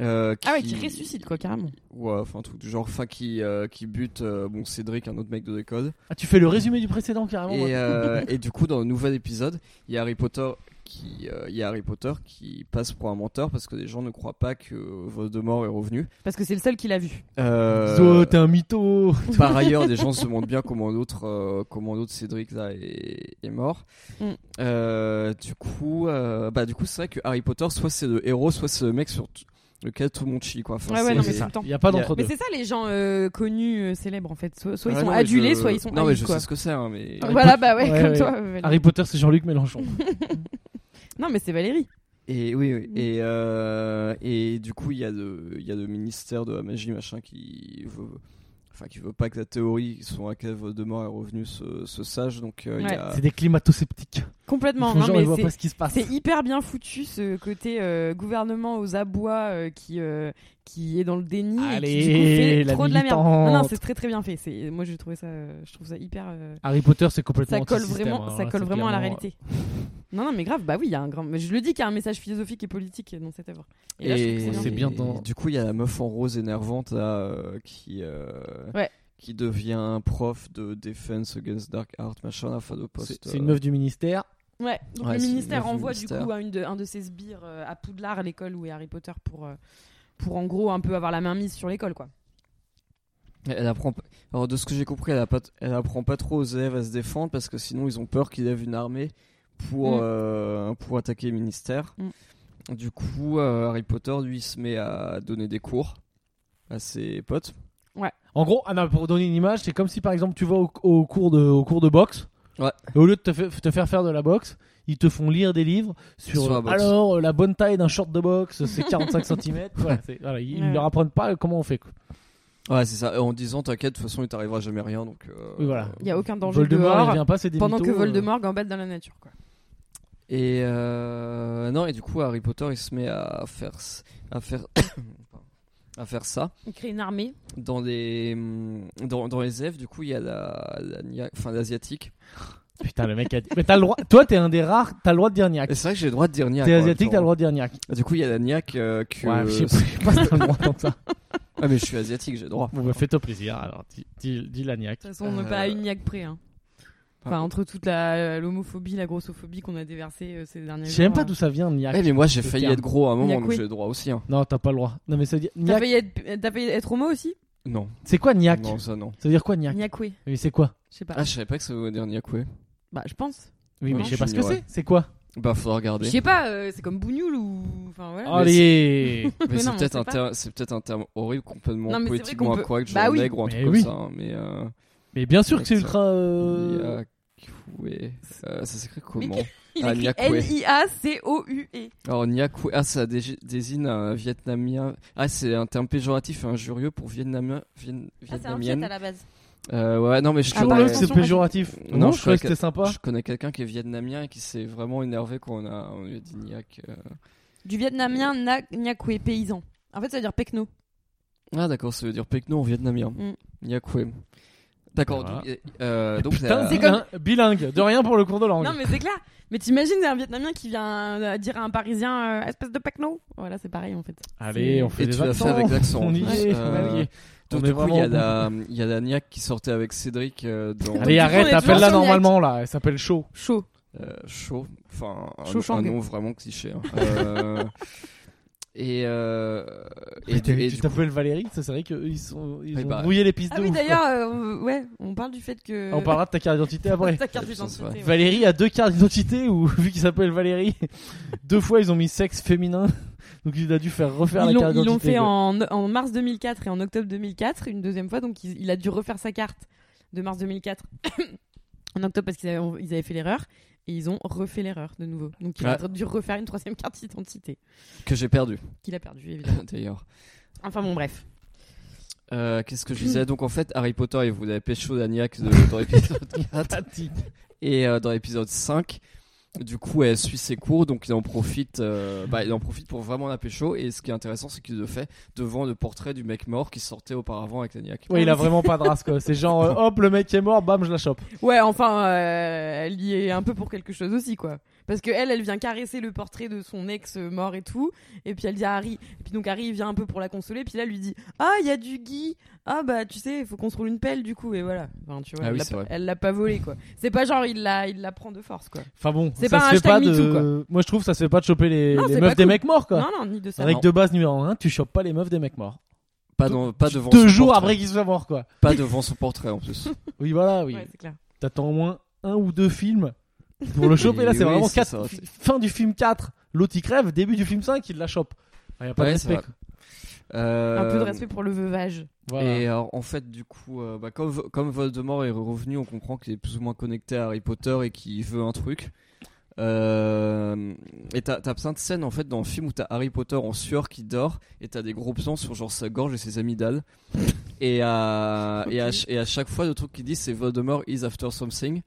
Speaker 3: euh,
Speaker 2: Ah ouais, qui ressuscite, quoi, carrément.
Speaker 3: Ouais, enfin, un truc du genre, enfin, qui, euh, qui bute euh, bon, Cédric, un autre mec de décode.
Speaker 1: Ah, tu fais le résumé du précédent
Speaker 2: Ah
Speaker 1: carrément. ouais.
Speaker 3: Et, euh, et du coup, dans le nouvel épisode, il y a Harry Potter qui, euh, il y a Harry Potter qui passe pour un menteur parce que les gens ne croient pas que Voldemort est revenu.
Speaker 2: Parce que c'est le seul qui l'a vu.
Speaker 3: Euh,
Speaker 1: Zo, t'es un mytho.
Speaker 3: Par ailleurs, les gens se demandent bien comment l'autre, euh, comment l'autre Cédric là est, est mort.
Speaker 2: Mm.
Speaker 3: Euh, du coup, euh, bah du coup, c'est vrai que Harry Potter, soit c'est le héros, soit c'est le mec sur t- lequel tout le monde chie quoi. Enfin,
Speaker 2: Ouais, ouais,
Speaker 3: Ah, c'est-
Speaker 2: non,
Speaker 1: C'est
Speaker 2: mais tout
Speaker 1: ça.
Speaker 2: le temps.
Speaker 1: Il n'y a pas
Speaker 3: Il y a-
Speaker 1: d'entre-deux.
Speaker 2: Mais c'est ça, les gens euh, connus, euh, célèbres, en fait. Soit, soit
Speaker 3: Ah,
Speaker 2: ils sont
Speaker 3: non, mais
Speaker 2: adulés,
Speaker 3: je-
Speaker 2: soit ils sont
Speaker 3: Non mais
Speaker 2: haïs,
Speaker 3: je
Speaker 2: quoi.
Speaker 3: sais ce que c'est, hein, mais
Speaker 1: Harry
Speaker 2: Voilà,
Speaker 1: Potter-
Speaker 2: bah ouais,
Speaker 1: ouais,
Speaker 2: comme
Speaker 1: ouais.
Speaker 2: toi. Valérie.
Speaker 1: Harry Potter, c'est Jean-Luc Mélenchon.
Speaker 2: Non, mais c'est Valérie.
Speaker 3: et oui, oui.
Speaker 2: Mm.
Speaker 3: et euh, et du coup, il y a le, il y a le ministère de la magie machin qui veut, enfin qui veut pas que la théorie sur laquelle Voldemort est revenu se, se sage. Donc euh, il y a-
Speaker 1: C'est des climato-sceptiques.
Speaker 2: Complètement.
Speaker 1: Ils font
Speaker 2: Non,
Speaker 1: genre,
Speaker 2: mais
Speaker 1: ils voient
Speaker 2: c'est-
Speaker 1: pas ce qui se passe.
Speaker 2: C'est hyper bien foutu ce côté euh, gouvernement aux abois euh, qui euh, qui est dans le déni et qui du coup,
Speaker 1: Allez,
Speaker 2: fait
Speaker 1: la
Speaker 2: trop de la merde. Non,
Speaker 1: militante.
Speaker 2: non, c'est très très bien fait. C'est moi j'ai trouvé ça, euh, je trouve ça hyper. euh,
Speaker 1: Harry Potter, c'est complètement
Speaker 2: ça colle
Speaker 1: anti-système,
Speaker 2: vraiment,
Speaker 1: hein,
Speaker 2: ça
Speaker 1: là,
Speaker 2: colle
Speaker 1: c'est
Speaker 2: vraiment à la
Speaker 1: clairement- euh,
Speaker 2: réalité. Non, non, mais grave. Bah oui, il y a un grand. mais Je le dis qu'il y a un message philosophique et politique dans cette œuvre. Et, là, je trouve que c'est
Speaker 1: c'est
Speaker 2: bien.
Speaker 1: bien
Speaker 3: et
Speaker 1: dans-
Speaker 3: Du coup, il y a la meuf en rose énervante là, euh, qui euh,
Speaker 2: Ouais.
Speaker 3: qui devient prof de Defense Against Dark Art machin à fin de poste.
Speaker 1: euh,
Speaker 3: euh.
Speaker 1: C'est c'est une meuf du ministère.
Speaker 2: Ouais. Donc
Speaker 3: Ouais,
Speaker 2: le
Speaker 3: c'est
Speaker 2: ministère
Speaker 3: une meuf du
Speaker 2: envoie du
Speaker 3: ministère.
Speaker 2: coup à une de, un de ses sbires euh, à Poudlard, à l'école où est Harry Potter, pour euh, pour en gros un peu avoir la main mise sur l'école, quoi.
Speaker 3: euh, Elle apprend. pas- Alors de ce que j'ai compris, elle, a pas t- elle apprend pas trop aux élèves à se défendre parce que sinon ils ont peur qu'il lève une armée pour
Speaker 2: Mm.
Speaker 3: euh, pour attaquer le ministère. Du coup, euh, Harry Potter lui il se met à donner des cours à ses potes.
Speaker 1: En gros, Anna, pour donner une image, c'est comme si par exemple tu vas au, au cours, de, au cours de boxe.
Speaker 3: Ouais.
Speaker 1: Et au lieu de te, fa- te faire faire de la boxe, ils te font lire des livres sur,
Speaker 3: Sur la
Speaker 1: euh,
Speaker 3: boxe.
Speaker 1: alors euh, la bonne taille d'un short de boxe, c'est 45 cm. voilà, ils
Speaker 2: Ouais.
Speaker 1: ne leur apprennent pas comment on fait. quoi.
Speaker 3: Ouais, c'est ça. En disant t'inquiète, de toute façon il t'arrivera jamais rien. Donc euh,
Speaker 1: Oui, voilà.
Speaker 2: Il y a aucun danger
Speaker 1: Voldemort,
Speaker 2: dehors,
Speaker 1: il vient pas, c'est des
Speaker 2: pendant
Speaker 1: mythos,
Speaker 2: que
Speaker 1: euh.
Speaker 2: Voldemort gambade dans la nature, quoi.
Speaker 3: Et euh, non, et du coup, Harry Potter, il se met à faire, à faire, à faire ça.
Speaker 2: Il crée une armée.
Speaker 3: Dans les, hum, dans, dans les F, du coup, il y a la, la nia- enfin, l'asiatique.
Speaker 1: Putain, le mec a dit. Mais t'as le droit. Toi, t'es un des rares, t'as le droit de dire niaque.
Speaker 3: Et c'est vrai que j'ai le droit de dire niaque.
Speaker 1: T'es
Speaker 3: ouais,
Speaker 1: asiatique,
Speaker 3: genre.
Speaker 1: t'as le droit de dire niaque.
Speaker 3: hein. Du coup, il y a la niaque euh, que.
Speaker 1: Ouais, je sais pas, je sais pas si t'as le droit comme ça.
Speaker 3: Ah, mais je suis asiatique, j'ai le droit.
Speaker 1: Bon, bah, fais-toi plaisir, alors, dis, dis, dis la niaque.
Speaker 2: De toute façon, on n'est
Speaker 3: Euh,
Speaker 2: pas à une niaque près. hein. Enfin,
Speaker 3: pardon.
Speaker 2: entre toute la- euh, l'homophobie, la, grossophobie qu'on a déversée euh, ces derniers
Speaker 1: Je
Speaker 2: jours.
Speaker 1: sais même pas
Speaker 2: euh,
Speaker 1: d'où ça vient, niaque.
Speaker 3: Eh, mais moi, j'ai
Speaker 1: Le
Speaker 3: failli
Speaker 1: terme.
Speaker 3: être gros à un moment,
Speaker 2: Niaque,
Speaker 3: donc
Speaker 2: oui.
Speaker 3: j'ai le droit aussi. hein.
Speaker 1: Non, t'as pas le droit. Non, mais ça veut dire.
Speaker 2: T'as
Speaker 1: Niaque.
Speaker 2: failli, être- euh, t'as failli être homo aussi
Speaker 3: Non.
Speaker 1: C'est quoi niaque
Speaker 3: Non, ça,
Speaker 2: Bah.
Speaker 3: non.
Speaker 1: Ça veut dire quoi niaque
Speaker 2: Niaque, oui.
Speaker 1: Mais c'est quoi
Speaker 2: Je sais pas.
Speaker 3: Ah, je savais pas que ça voulait dire niaque, ouais.
Speaker 2: Bah, je pense.
Speaker 1: Oui, mais
Speaker 3: Non,
Speaker 1: je sais
Speaker 3: je
Speaker 1: pas ce que c'est.
Speaker 3: l'ignorais.
Speaker 1: C'est quoi
Speaker 3: Bah, faudra regarder.
Speaker 2: Je sais pas, euh, c'est comme bougnoul ou. Enfin, voilà.
Speaker 3: Mais
Speaker 1: Allez
Speaker 3: Mais,
Speaker 2: Mais
Speaker 3: c'est
Speaker 2: non, on
Speaker 3: peut-être
Speaker 2: sait
Speaker 3: un,
Speaker 2: pas.
Speaker 3: terme- c'est peut-être un terme horrible, complètement
Speaker 2: Non, mais c'est vrai
Speaker 3: poétiquement
Speaker 2: qu'on peut-
Speaker 3: incorrect,
Speaker 2: Bah
Speaker 3: genre
Speaker 2: oui.
Speaker 3: nègre ou un
Speaker 1: Mais
Speaker 3: truc
Speaker 1: oui.
Speaker 3: comme ça. hein, Mais euh,
Speaker 1: Mais bien sûr que c'est ultra. euh,
Speaker 3: Niaque, ouais. Euh, ça s'écrit comment
Speaker 2: Il
Speaker 3: Ah,
Speaker 2: écrit
Speaker 3: Niaque, ouais.
Speaker 2: N-I-A-C-O-U-E.
Speaker 3: Alors Niakwe, ah, ça dég- désigne un Vietnamien. Ah, c'est un terme péjoratif et injurieux pour Vietnamien. Vien- Vietnamienne.
Speaker 4: la base.
Speaker 3: Euh, ouais, non, mais je
Speaker 2: Ah,
Speaker 1: Toujours
Speaker 2: bah,
Speaker 1: le
Speaker 3: connais,
Speaker 1: que c'est
Speaker 2: attention,
Speaker 1: péjoratif.
Speaker 3: attention.
Speaker 1: Non,
Speaker 3: Non,
Speaker 1: je
Speaker 3: je
Speaker 1: trouvais que
Speaker 3: crois
Speaker 1: c'était sympa.
Speaker 3: je connais quelqu'un qui est vietnamien et qui s'est vraiment énervé quand on, a, on lui a dit Niak. euh.
Speaker 2: Du vietnamien na- Niakwe, paysan. En fait, ça veut dire pecno.
Speaker 3: Ah, d'accord, ça veut dire pekno en vietnamien.
Speaker 2: Mm.
Speaker 3: Niakwe. D'accord,
Speaker 1: Voilà.
Speaker 3: donc, et- euh, donc
Speaker 1: Putain,
Speaker 3: la-
Speaker 1: c'est comme... bilingue. De rien pour le cours de langue.
Speaker 2: Non, mais c'est clair. Mais t'imagines un vietnamien qui vient euh, dire à un parisien euh, espèce de pecno Voilà, c'est pareil en fait.
Speaker 1: Allez,
Speaker 2: c'est-
Speaker 1: on fait
Speaker 3: Et
Speaker 1: des
Speaker 3: tu l'as
Speaker 1: accents.
Speaker 3: fait avec l'accent.
Speaker 1: On
Speaker 3: en
Speaker 1: y
Speaker 3: plus.
Speaker 1: est.
Speaker 3: Euh,
Speaker 1: bah oui.
Speaker 3: Donc,
Speaker 1: On est
Speaker 3: du coup, il y, a
Speaker 1: vraiment
Speaker 3: la- il y a la niaque qui sortait avec Cédric euh, dans
Speaker 1: Allez,
Speaker 2: on
Speaker 1: arrête,
Speaker 2: est
Speaker 1: appelle-la
Speaker 2: toujours
Speaker 1: normalement là. Elle s'appelle Chaud.
Speaker 2: Chaud.
Speaker 3: euh, Shaw. Enfin, un-
Speaker 2: Shaw
Speaker 3: un,
Speaker 2: Chang.
Speaker 3: nom vraiment cliché. hein. Euh, et euh, et, du- et
Speaker 1: tu
Speaker 3: du coup,
Speaker 1: t'appelles Valérie, ça c'est vrai qu'ils sont... ils
Speaker 3: Eh
Speaker 1: ont
Speaker 3: bah.
Speaker 1: brouillé les pistes
Speaker 2: Ah
Speaker 1: de
Speaker 2: oui,
Speaker 1: ouf, quoi.
Speaker 2: d'ailleurs, euh, ouais, on parle du fait que.
Speaker 1: On parlera de ta carte d'identité après.
Speaker 2: Ta carte
Speaker 3: Ouais, putain, c'est
Speaker 2: d'identité, ouais.
Speaker 1: Valérie a deux cartes d'identité ou vu qu'il s'appelle Valérie, deux fois ils ont mis sexe féminin, donc il a dû faire refaire
Speaker 2: Ils
Speaker 1: la
Speaker 2: l'ont-
Speaker 1: carte
Speaker 2: ils l'ont
Speaker 1: d'identité.
Speaker 2: fait
Speaker 1: quoi.
Speaker 2: en, en mars 2004 et en octobre 2004, une deuxième fois, donc il, il a dû refaire sa carte de mars 2004 en octobre parce qu'ils avaient, ils avaient fait l'erreur et ils ont refait l'erreur de nouveau. Donc il a dû refaire une troisième carte d'identité
Speaker 3: que j'ai perdu
Speaker 2: qu'il a perdue évidemment.
Speaker 3: d'ailleurs.
Speaker 2: Enfin bon, bref.
Speaker 3: Euh, Qu'est-ce que je disais Donc en fait, Harry Potter, il voulait pécho la niaque de- dans l'épisode 4
Speaker 1: Tati.
Speaker 3: et euh, dans l'épisode 5. Du coup, elle suit ses cours, donc il en profite. euh, bah, il en profite pour vraiment la pécho. Et ce qui est intéressant, c'est qu'il le fait devant le portrait du mec mort qui sortait auparavant avec la niaque.
Speaker 1: Ouais, il a vraiment pas de race quoi. C'est genre euh, hop le mec est mort, bam je la chope.
Speaker 2: Ouais, enfin, euh, elle y est un peu pour quelque chose aussi, quoi. Parce que elle, elle vient caresser le portrait de son ex euh, mort et tout, et puis elle dit à Harry, et puis donc Harry il vient un peu pour la consoler, puis là elle lui dit ah il y a du Guy, ah bah tu sais il faut qu'on se roule une pelle du coup et voilà. Enfin, tu vois,
Speaker 3: Ah
Speaker 2: elle
Speaker 3: oui,
Speaker 2: l'a
Speaker 3: c'est
Speaker 2: pas-
Speaker 3: vrai.
Speaker 2: elle l'a pas volé quoi. C'est pas genre il la il la prend de force quoi.
Speaker 1: Enfin bon,
Speaker 2: C'est
Speaker 1: ça
Speaker 2: pas
Speaker 1: se
Speaker 2: un
Speaker 1: fait pas de.
Speaker 2: hashtag MeToo,
Speaker 1: Moi je trouve ça se fait pas de choper les,
Speaker 2: Non,
Speaker 1: les
Speaker 2: c'est
Speaker 1: meufs
Speaker 2: pas
Speaker 1: des
Speaker 2: cool.
Speaker 1: mecs morts quoi.
Speaker 2: Non non ni de ça.
Speaker 1: Règle
Speaker 3: non.
Speaker 1: de base numéro 1, tu chopes pas les meufs des mecs morts.
Speaker 3: Pas, dans, pas devant
Speaker 1: Deux
Speaker 3: son
Speaker 1: jours
Speaker 3: portrait.
Speaker 1: après qu'ils soient morts quoi.
Speaker 3: Pas devant son portrait en plus.
Speaker 1: Oui voilà oui.
Speaker 2: Ouais, c'est clair.
Speaker 1: T'attends au moins un ou deux films pour le choper. Là
Speaker 3: Oui,
Speaker 1: c'est vraiment
Speaker 3: c'est
Speaker 1: quatre-
Speaker 3: ça, c'est-
Speaker 1: fin du film 4, l'autre il crève, début du film 5 il la chope. Ah, y a pas de
Speaker 3: Ouais, c'est
Speaker 1: respect.
Speaker 3: vrai.
Speaker 1: quoi.
Speaker 3: Euh,
Speaker 2: Un peu de respect pour le veuvage.
Speaker 1: Voilà.
Speaker 3: Et alors, en fait, du coup, euh, bah, comme, Vo- comme Voldemort est revenu, on comprend qu'il est plus ou moins connecté à Harry Potter et qu'il veut un truc. Euh, et t'as t'as plein de scènes en fait dans le film où t'as Harry Potter en sueur qui dort et t'as des gros plans sur genre sa gorge et ses amygdales. et, à, et, à, ch- et à chaque fois, le truc qu'il dit c'est Voldemort is after something.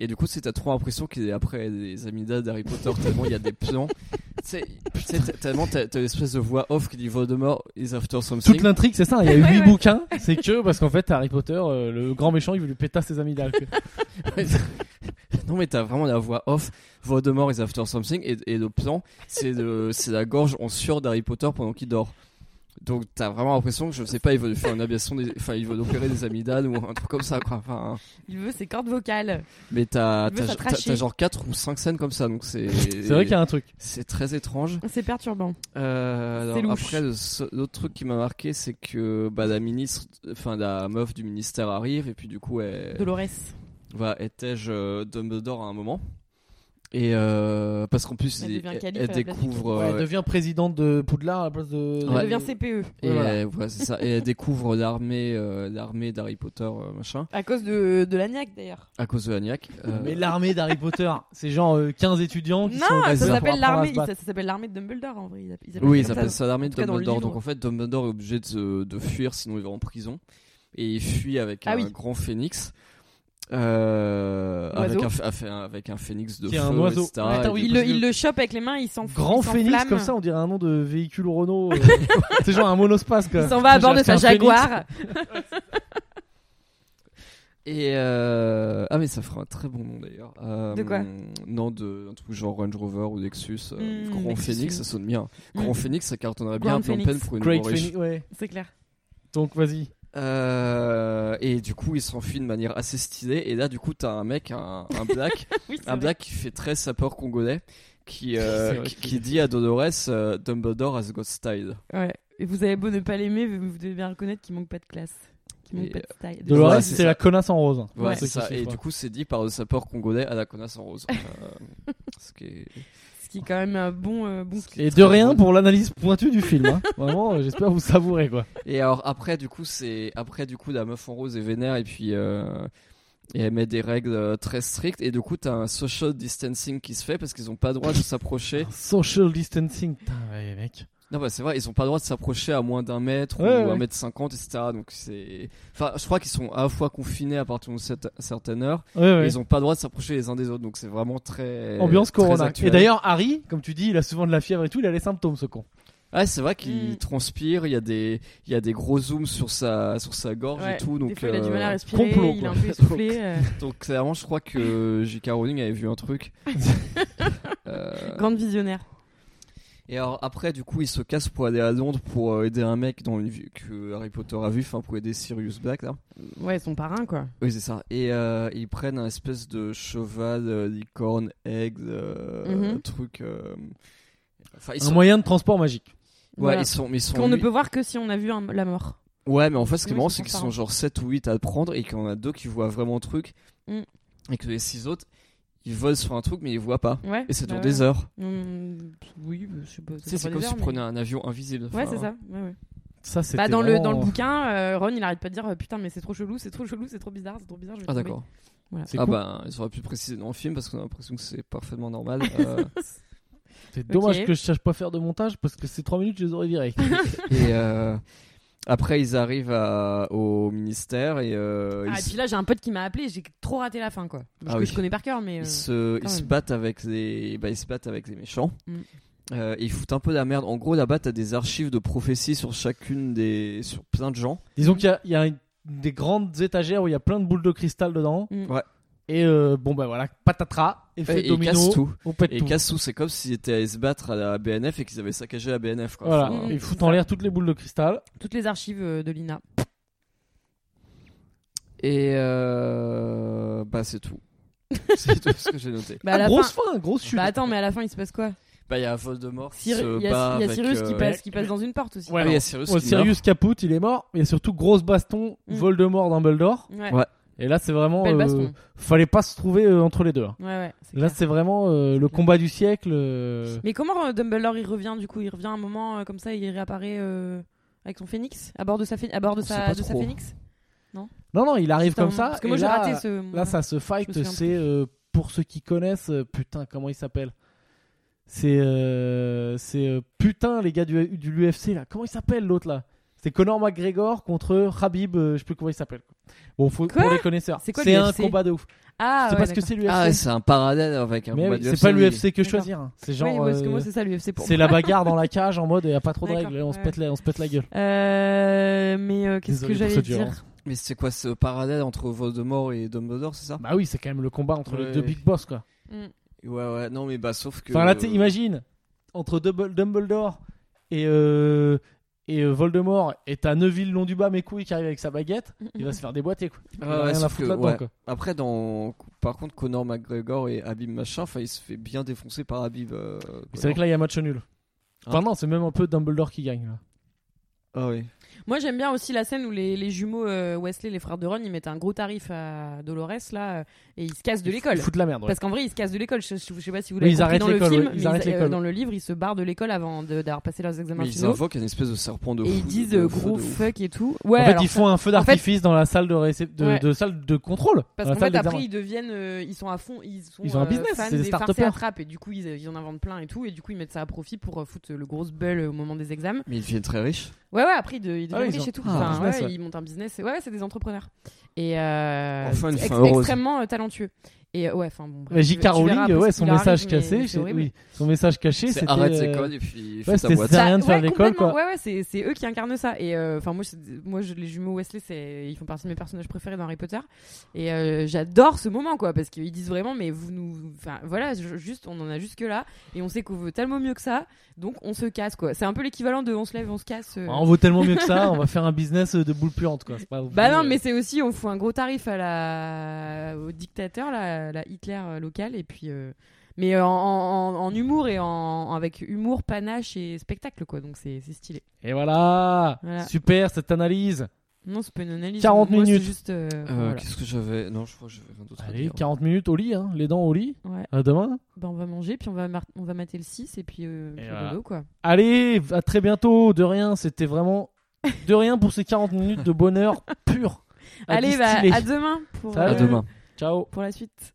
Speaker 3: Et du coup, c'est t'as trop l'impression qu'il est après les amygdales d'Harry Potter tellement il y a des plans. Tu sais, tu sais, t'as- tellement t'as t'as l'espèce de voix off qui dit Voldemort is after something.
Speaker 1: Toute l'intrigue, c'est ça. Il y a
Speaker 2: Ouais,
Speaker 1: huit
Speaker 2: ouais.
Speaker 1: bouquins. C'est que parce qu'en fait, Harry Potter, euh, le grand méchant, il veut lui péter à ses amygdales. quoi.
Speaker 3: Non mais t'as vraiment la voix off, Voldemort is after something, et, et le plan, c'est de- c'est la gorge en sueur d'Harry Potter pendant qu'il dort. Donc t'as vraiment l'impression que je sais pas, ils veulent faire une aviation, des- enfin ils veulent opérer des amygdales ou un truc comme ça quoi. Enfin,
Speaker 2: Il veut ses cordes vocales.
Speaker 3: mais
Speaker 2: Il
Speaker 3: t'as
Speaker 2: veut
Speaker 3: t'as-
Speaker 2: se
Speaker 3: t'as-
Speaker 2: tracher.
Speaker 3: t'as genre 4 ou 5 scènes comme ça, donc c'est
Speaker 1: C'est vrai qu'il y a un truc.
Speaker 3: c'est très étrange.
Speaker 2: C'est perturbant.
Speaker 3: Euh,
Speaker 2: C'est
Speaker 3: alors
Speaker 2: louche.
Speaker 3: après, le se- l'autre truc qui m'a marqué, c'est que bah, la ministre, enfin la meuf du ministère arrive et puis du coup elle,
Speaker 2: Dolores.
Speaker 3: va étais-je euh, Dumbledore à un moment et euh, parce qu'en plus
Speaker 2: Elle
Speaker 3: il-
Speaker 2: devient
Speaker 3: elle,
Speaker 2: calife
Speaker 3: elle
Speaker 2: à la place du
Speaker 3: découvre
Speaker 1: Ouais, elle
Speaker 3: euh,
Speaker 1: devient présidente de Poudlard à la place de.
Speaker 2: Elle
Speaker 3: Ouais.
Speaker 2: devient E. CPE.
Speaker 3: euh, et
Speaker 1: Voilà.
Speaker 3: elle- ouais, c'est ça et elle découvre l'armée euh, l'armée d'Harry Potter euh, machin
Speaker 2: À cause de de la niaque d'ailleurs.
Speaker 3: à cause de euh, Agnac
Speaker 1: Mais l'armée d'Harry Potter, c'est genre euh, 15 étudiants qui
Speaker 2: Non,
Speaker 1: sont
Speaker 2: ça
Speaker 1: basés pour
Speaker 2: s'appelle
Speaker 1: apprendre à
Speaker 2: l'armée.
Speaker 1: se battre.
Speaker 2: Ça, ça s'appelle l'armée de Dumbledore en vrai. Ils appellent-
Speaker 3: oui ils
Speaker 2: comme ça,
Speaker 3: appellent ça l'armée de
Speaker 2: tout cas dans le
Speaker 3: Dumbledore
Speaker 2: livre.
Speaker 3: donc en fait Dumbledore est obligé de, se- de fuir sinon il va en prison et il fuit avec
Speaker 2: Ah
Speaker 3: un
Speaker 2: oui.
Speaker 3: grand phénix euh, avec,
Speaker 2: Oiseau.
Speaker 3: un, ph- a fait un- avec un phénix de
Speaker 1: Qui est
Speaker 3: feu,
Speaker 1: un oiseau.
Speaker 3: etc.
Speaker 1: Attends,
Speaker 3: Et
Speaker 1: oui,
Speaker 3: du
Speaker 2: Il
Speaker 3: coup,
Speaker 2: le, il le chope avec les mains, il s'en
Speaker 1: Grand
Speaker 2: il
Speaker 1: phénix
Speaker 2: s'enflamme.
Speaker 1: comme ça, on dirait un nom de véhicule Renault. euh, c'est genre un monospace quoi.
Speaker 2: Il s'en va à
Speaker 1: J'ai
Speaker 2: bord de
Speaker 1: acheté
Speaker 2: sa
Speaker 1: un Phoenix.
Speaker 2: Jaguar.
Speaker 3: Et euh, ah mais ça fera un très bon nom d'ailleurs. Euh,
Speaker 2: De quoi
Speaker 3: Non de un truc genre Range Rover ou Lexus. euh,
Speaker 2: Mm,
Speaker 3: Grand
Speaker 2: Lexus,
Speaker 3: Phoenix,
Speaker 2: oui.
Speaker 3: ça sonne bien. Grand
Speaker 2: Mm.
Speaker 3: Phoenix, ça cartonnerait
Speaker 2: Grand
Speaker 3: bien à Phnom
Speaker 2: Phoenix.
Speaker 3: Penh pour une
Speaker 1: Great
Speaker 3: Nouveau riche.
Speaker 1: Phoenix, ouais.
Speaker 2: C'est clair.
Speaker 1: Donc vas-y.
Speaker 3: Euh, et du coup, il s'enfuit de manière assez stylée. Et là, du coup, t'as un mec, un, un black,
Speaker 2: Oui, c'est
Speaker 3: un
Speaker 2: vrai.
Speaker 3: black qui fait très sapeur congolais, qui euh,
Speaker 1: C'est vrai
Speaker 3: qui,
Speaker 1: qu'il
Speaker 3: qui dit à Dolores, euh, Dumbledore has got style.
Speaker 2: Ouais. Et vous avez beau ne pas l'aimer, vous vous devez bien reconnaître qu'il manque pas de classe. Qu'il manque
Speaker 3: Et, euh,
Speaker 2: pas de style. De
Speaker 1: Dolores,
Speaker 3: Ouais,
Speaker 2: style.
Speaker 3: c'est
Speaker 1: c'est
Speaker 3: ça.
Speaker 1: la connasse en rose.
Speaker 3: Voilà,
Speaker 2: Ouais.
Speaker 3: c'est
Speaker 1: Ceux qui
Speaker 3: ça. Et
Speaker 1: suivent
Speaker 3: du
Speaker 1: pas.
Speaker 3: coup, c'est dit par le sapeur congolais à la connasse en rose. Euh, ce qui est-
Speaker 2: Ce qui est quand même un bon, euh, bon
Speaker 1: Et de rien pour l'analyse pointue du film. hein. Vraiment, euh, j'espère vous savourer quoi.
Speaker 3: Et alors après du coup c'est après du coup la meuf en rose est vénère et puis euh, et elle met des règles euh, très strictes et du coup t'as un social distancing qui se fait parce qu'ils ont pas le droit de s'approcher.
Speaker 1: Social distancing. Putain, ouais, mec.
Speaker 3: Non bah c'est vrai ils ont pas le droit de s'approcher à moins d'un mètre
Speaker 1: Ouais,
Speaker 3: ou
Speaker 1: ouais.
Speaker 3: un mètre cinquante etc. Donc c'est enfin je crois qu'ils sont à la fois confinés à partir d'une cer- certaine heure
Speaker 1: Ouais, ouais.
Speaker 3: et ils ont pas le droit de s'approcher les uns des autres donc c'est vraiment très
Speaker 1: Ambiance
Speaker 3: très
Speaker 1: corona.
Speaker 3: actuel.
Speaker 1: Et d'ailleurs, Harry, comme tu dis, il a souvent de la fièvre et tout, il a les symptômes ce con.
Speaker 3: ah c'est vrai qu'il
Speaker 2: Mm.
Speaker 3: transpire il y a des il y a des gros zooms sur sa sur sa gorge
Speaker 2: Ouais.
Speaker 3: et tout donc
Speaker 2: Des fois, il a du
Speaker 3: euh,
Speaker 2: mal à respirer,
Speaker 1: complot,
Speaker 2: il est un
Speaker 3: quoi.
Speaker 2: peu essoufflé. euh,
Speaker 3: Donc clairement, je crois que J.K. Rowling avait vu un truc. Euh,
Speaker 2: grande visionnaire.
Speaker 3: et alors après, du coup, il se casse pour aller à Londres pour euh, aider un mec dans une vie- que Harry Potter a vu, enfin pour aider Sirius Black là.
Speaker 2: Ouais, son parrain, quoi.
Speaker 3: Oui, c'est ça. Et euh, ils prennent un espèce de cheval, euh, licorne, aigle, euh,
Speaker 2: Mhm.
Speaker 3: truc. euh, Enfin, ils
Speaker 1: Un
Speaker 3: sont.
Speaker 1: moyen de transport magique.
Speaker 3: Ouais,
Speaker 2: Voilà.
Speaker 3: ils sont, mais ils sont
Speaker 2: Qu'on ne
Speaker 3: huit-
Speaker 2: peut voir que si on a vu un- la mort.
Speaker 3: Ouais, mais en fait, ce qui est
Speaker 2: Oui,
Speaker 3: marrant,
Speaker 2: c'est
Speaker 3: c'est qu'ils sont
Speaker 2: transparent.
Speaker 3: genre 7 ou 8 à le prendre et qu'il y en a deux qui voient vraiment le truc
Speaker 2: Mm.
Speaker 3: et que les 6 autres ils volent sur un truc mais ils voient pas.
Speaker 2: Ouais.
Speaker 3: Et ça
Speaker 2: bah
Speaker 3: dure
Speaker 2: ouais.
Speaker 3: des heures.
Speaker 2: Hum, oui, je sais pas. ça
Speaker 3: Tu sais,
Speaker 2: dure
Speaker 3: c'est
Speaker 2: des
Speaker 3: comme si
Speaker 2: heures,
Speaker 3: tu
Speaker 2: mais-
Speaker 3: prenais un avion invisible.
Speaker 2: Ouais,
Speaker 3: Enfin, hein.
Speaker 2: c'est ça. Ouais, ouais.
Speaker 1: Ça, c'est.
Speaker 2: Bah, dans, le, dans le bouquin, euh, Ron, il arrête pas de dire Putain, mais c'est trop chelou, c'est trop chelou, c'est trop bizarre, c'est trop bizarre. je vais
Speaker 3: Ah
Speaker 2: tomber.
Speaker 3: d'accord.
Speaker 1: C'est
Speaker 3: Ah
Speaker 1: cool.
Speaker 3: bah ils auraient pu le préciser dans le film parce qu'on a l'impression que c'est parfaitement normal. euh,
Speaker 1: C'est dommage
Speaker 2: Ok.
Speaker 1: que je sache pas faire de montage parce que ces 3 minutes, je les aurais virées.
Speaker 3: et euh, après ils arrivent à- au ministère et,
Speaker 1: Bah,
Speaker 3: euh,
Speaker 2: Ah,
Speaker 3: ils,
Speaker 2: et
Speaker 3: se-
Speaker 2: puis là, j'ai un pote qui m'a appelé, j'ai trop raté la fin, quoi.
Speaker 3: Ah
Speaker 2: que
Speaker 3: oui.
Speaker 2: je connais par cœur, mais. euh,
Speaker 3: ils se,
Speaker 2: quand
Speaker 3: ils se
Speaker 2: même.
Speaker 3: battent avec les bah, ils se battent avec les méchants.
Speaker 2: Mm.
Speaker 3: Euh, et ils foutent un peu la merde. En gros là-bas t'as des archives de prophéties sur chacune des sur plein de gens.
Speaker 1: Disons qu'il y a, il y a une- des grandes étagères où il y a plein de boules de cristal dedans.
Speaker 2: Mm.
Speaker 3: Ouais.
Speaker 1: Et euh, bon, bah voilà, patatras, effet
Speaker 3: Et ils
Speaker 1: domino.
Speaker 3: cassent tout.
Speaker 1: On pète
Speaker 3: Et
Speaker 1: tout.
Speaker 3: ils cassent tout. C'est comme s'ils étaient à se battre à la BNF et qu'ils avaient saccagé la BNF. Quoi.
Speaker 1: Voilà,
Speaker 3: Enfin,
Speaker 2: Mm.
Speaker 1: ils foutent en l'air toutes les boules de cristal.
Speaker 2: Toutes les archives euh, de l'INA.
Speaker 3: Et euh, bah c'est tout. c'est tout ce que j'ai noté.
Speaker 2: Bah,
Speaker 1: Ah,
Speaker 2: à la
Speaker 1: grosse
Speaker 2: fin.
Speaker 1: fin, grosse chute.
Speaker 2: Bah, attends, mais à la fin, il se passe quoi
Speaker 3: Bah il y a Voldemort qui
Speaker 2: Cyr-
Speaker 3: se
Speaker 2: Il y a,
Speaker 3: bat
Speaker 2: il y a
Speaker 3: avec,
Speaker 2: Sirius qui
Speaker 3: euh,
Speaker 2: passe, qui passe dans une porte aussi.
Speaker 1: Ouais,
Speaker 3: Ah, il y a Sirius
Speaker 1: Ouais,
Speaker 3: qui
Speaker 1: Sirius Caput, il est mort. Il y a surtout grosse baston,
Speaker 2: Mm.
Speaker 1: Voldemort, Dumbledore.
Speaker 2: Ouais.
Speaker 3: Ouais.
Speaker 1: Et là, c'est vraiment.
Speaker 2: Belle
Speaker 1: euh,
Speaker 2: baston.
Speaker 1: fallait pas se trouver euh, entre les deux. hein.
Speaker 2: Ouais, ouais. c'est
Speaker 1: Là,
Speaker 2: clair.
Speaker 1: c'est vraiment euh, le
Speaker 2: clair.
Speaker 1: combat du siècle. euh,
Speaker 2: Mais comment euh, Dumbledore il revient du coup Il revient un moment euh, comme ça, il réapparaît euh, avec son phénix à bord de sa phé- à bord de
Speaker 3: On sait
Speaker 2: sa
Speaker 3: pas
Speaker 2: de sa
Speaker 3: trop.
Speaker 2: phénix.
Speaker 1: Non, non, il arrive
Speaker 2: Putain,
Speaker 1: comme ça.
Speaker 2: Parce que
Speaker 1: et
Speaker 2: moi j'ai
Speaker 1: là,
Speaker 2: raté ce.
Speaker 1: là, ça se fight.
Speaker 2: souviens plus.
Speaker 1: C'est euh, pour ceux qui connaissent. euh, putain, comment il s'appelle C'est euh, c'est euh, putain les gars du, du l'UFC là. Comment il s'appelle l'autre là C'est Conor McGregor contre Khabib. euh, je sais plus comment il s'appelle. Bon, faut,
Speaker 2: Quoi
Speaker 1: pour les connaisseurs,
Speaker 2: C'est quoi,
Speaker 1: un
Speaker 2: l'UFC?
Speaker 1: combat de ouf.
Speaker 2: Ah,
Speaker 1: c'est
Speaker 2: ouais,
Speaker 1: parce que
Speaker 2: d'accord.
Speaker 1: c'est l'UFC.
Speaker 3: Ah ouais, c'est un parallèle avec un
Speaker 1: Mais
Speaker 3: combat
Speaker 1: oui,
Speaker 3: du
Speaker 1: c'est
Speaker 3: UFC,
Speaker 1: pas l'UFC que
Speaker 2: D'accord.
Speaker 1: choisir. hein. C'est
Speaker 2: Oui,
Speaker 1: genre.
Speaker 2: parce que
Speaker 1: euh,
Speaker 2: moi c'est ça l'UFC pour
Speaker 1: c'est la bagarre dans la cage en mode il n'y a pas trop de
Speaker 2: D'accord,
Speaker 1: règles, on, se
Speaker 2: ouais.
Speaker 1: pète la, on se pète la gueule.
Speaker 2: moi. Euh, mais euh,
Speaker 1: Désolé
Speaker 2: qu'est-ce que
Speaker 1: pour
Speaker 2: j'allais
Speaker 1: cette violence.
Speaker 2: dire
Speaker 3: Mais c'est quoi ce parallèle entre Voldemort et Dumbledore, c'est ça
Speaker 1: Bah oui, c'est quand même le combat entre les
Speaker 3: Ouais.
Speaker 1: deux big boss quoi.
Speaker 2: Mm.
Speaker 3: Ouais ouais, non mais bah sauf que
Speaker 1: Enfin là, t'es- imagine, entre Double- Dumbledore et, euh, et euh, Voldemort, et t'as Neville long du bas mes couilles qui arrive avec sa baguette, il va se faire déboîter quoi. Il
Speaker 3: Ouais,
Speaker 1: a
Speaker 3: ouais,
Speaker 1: rien à
Speaker 3: sauf
Speaker 1: foutre
Speaker 3: que,
Speaker 1: là-dedans
Speaker 3: ouais.
Speaker 1: quoi.
Speaker 3: Après dans par contre Conor McGregor et Habib machin, enfin il se fait bien défoncer par Habib. euh,
Speaker 1: C'est vrai que là, il y a match nul. Enfin
Speaker 3: Hein
Speaker 1: non, c'est même un peu Dumbledore qui gagne là.
Speaker 3: Ah oui.
Speaker 2: Moi j'aime bien aussi la scène où les, les jumeaux euh, Wesley, les frères de Ron, ils mettent un gros tarif à Dolores là euh, et ils se cassent de l'école.
Speaker 1: Il fout de la merde. ouais.
Speaker 2: Parce qu'en vrai, ils se cassent de l'école. Je, je- je sais pas si vous
Speaker 1: Oui,
Speaker 2: l'avez
Speaker 1: ils arrêtent
Speaker 2: compris dans le
Speaker 1: l'école,
Speaker 2: film,
Speaker 1: ouais, ils
Speaker 2: mais
Speaker 1: arrêtent
Speaker 2: euh,
Speaker 1: l'école.
Speaker 2: dans le livre, ils se barrent de l'école avant de- d'avoir passé leurs examens
Speaker 3: Mais ils
Speaker 2: finaux.
Speaker 3: invoquent une espèce de serpent de
Speaker 2: et
Speaker 3: fou,
Speaker 2: ils disent
Speaker 3: de
Speaker 2: euh,
Speaker 3: feu
Speaker 2: gros
Speaker 3: de ouf.
Speaker 2: fuck et tout. Ouais,
Speaker 1: en fait,
Speaker 2: alors
Speaker 1: ils font un feu
Speaker 2: en fait-
Speaker 1: d'artifice dans la salle de, récep- de,
Speaker 2: Ouais.
Speaker 1: de salle de contrôle.
Speaker 2: Parce
Speaker 1: dans
Speaker 2: qu'en
Speaker 1: la
Speaker 2: fait,
Speaker 1: salle
Speaker 2: après,
Speaker 1: d'examen.
Speaker 2: ils deviennent. euh, ils sont à fond. Ils sont,
Speaker 1: Ils ont un
Speaker 2: euh,
Speaker 1: business,
Speaker 2: fans
Speaker 1: c'est des
Speaker 2: des farces et
Speaker 1: start-upers.
Speaker 2: attrapes. Et du coup, ils, ils en inventent plein et tout. Et du coup, ils mettent ça à profit pour euh, foutre le grosse bulle au moment des examens.
Speaker 3: Mais ils deviennent très riches.
Speaker 2: Ouais, ouais, après, ils, de- ils deviennent
Speaker 1: Ah ils ont-
Speaker 2: riches et tout.
Speaker 1: ils ont un
Speaker 2: Enfin,
Speaker 1: business,
Speaker 2: ouais,
Speaker 1: ouais.
Speaker 2: Ils montent un business. et- Ouais, ouais, c'est des entrepreneurs. Et euh,
Speaker 3: Enfin, une
Speaker 2: ex-
Speaker 3: fin heureuse.
Speaker 2: extrêmement euh, talentueux. Et euh, ouais, enfin bon. bref,
Speaker 1: Mais
Speaker 2: tu-
Speaker 1: J.
Speaker 2: tu verras
Speaker 1: Rowling,
Speaker 2: un peu
Speaker 1: ouais,
Speaker 2: ce
Speaker 1: son
Speaker 2: qu'il leur
Speaker 1: message
Speaker 2: arrive, mais
Speaker 1: cassé,
Speaker 2: c'est
Speaker 1: c'est-
Speaker 2: horrible.
Speaker 1: oui, son message caché,
Speaker 3: C'est
Speaker 1: c'était.
Speaker 3: arrête ces
Speaker 1: euh,
Speaker 3: codes et puis
Speaker 1: ouais,
Speaker 3: fais ta
Speaker 1: c'était
Speaker 3: boîte.
Speaker 1: ça. rien faire à
Speaker 2: ouais,
Speaker 1: l'école, quoi.
Speaker 2: complètement. Ouais, ouais, c'est, c'est eux qui incarnent ça. Et euh, enfin, moi, c'est- moi, je- les jumeaux Wesley, c'est, ils font partie de mes personnages préférés dans Harry Potter. Et euh, j'adore ce moment, quoi, parce qu'ils disent vraiment, mais vous nous, enfin, voilà, je- juste, on en a jusque là, et on sait qu'on veut tellement mieux que ça, donc on se casse, quoi. C'est un peu l'équivalent de on se lève, on se casse. euh.
Speaker 1: Ah, on vaut tellement mieux que ça, on va faire un business de boule puante quoi. C'est pas-
Speaker 2: Bah non, mais c'est aussi, on fout un gros tarif à la... au dictateur, la, la Hitler euh, locale, et puis. euh, Mais en, en- en- en humour et en, avec humour, panache et spectacle, quoi. Donc c'est c'est stylé.
Speaker 1: Et voilà,
Speaker 2: Voilà.
Speaker 1: Super cette analyse
Speaker 2: Non, c'est pas une analyse.
Speaker 1: 40
Speaker 2: Moi, c'est
Speaker 1: minutes.
Speaker 2: juste, euh,
Speaker 3: Euh,
Speaker 2: voilà.
Speaker 3: Qu'est-ce que j'avais Non, je crois que j'avais rien d'autre à
Speaker 1: Allez,
Speaker 3: dire.
Speaker 1: 40 minutes au lit, hein, les dents au lit.
Speaker 2: Ouais.
Speaker 1: À demain.
Speaker 2: Bah, on va manger, puis on va, mar- on va mater le 6, et puis, euh, puis
Speaker 1: voilà.
Speaker 2: dodo, quoi.
Speaker 1: Allez, à très bientôt. De rien, c'était vraiment de rien pour ces 40 minutes de bonheur pur. à
Speaker 2: Allez, bah,
Speaker 1: distiller.
Speaker 2: à demain pour,
Speaker 1: Ah, Ça va
Speaker 3: À
Speaker 2: euh,
Speaker 3: demain.
Speaker 1: Ciao.
Speaker 2: pour la suite.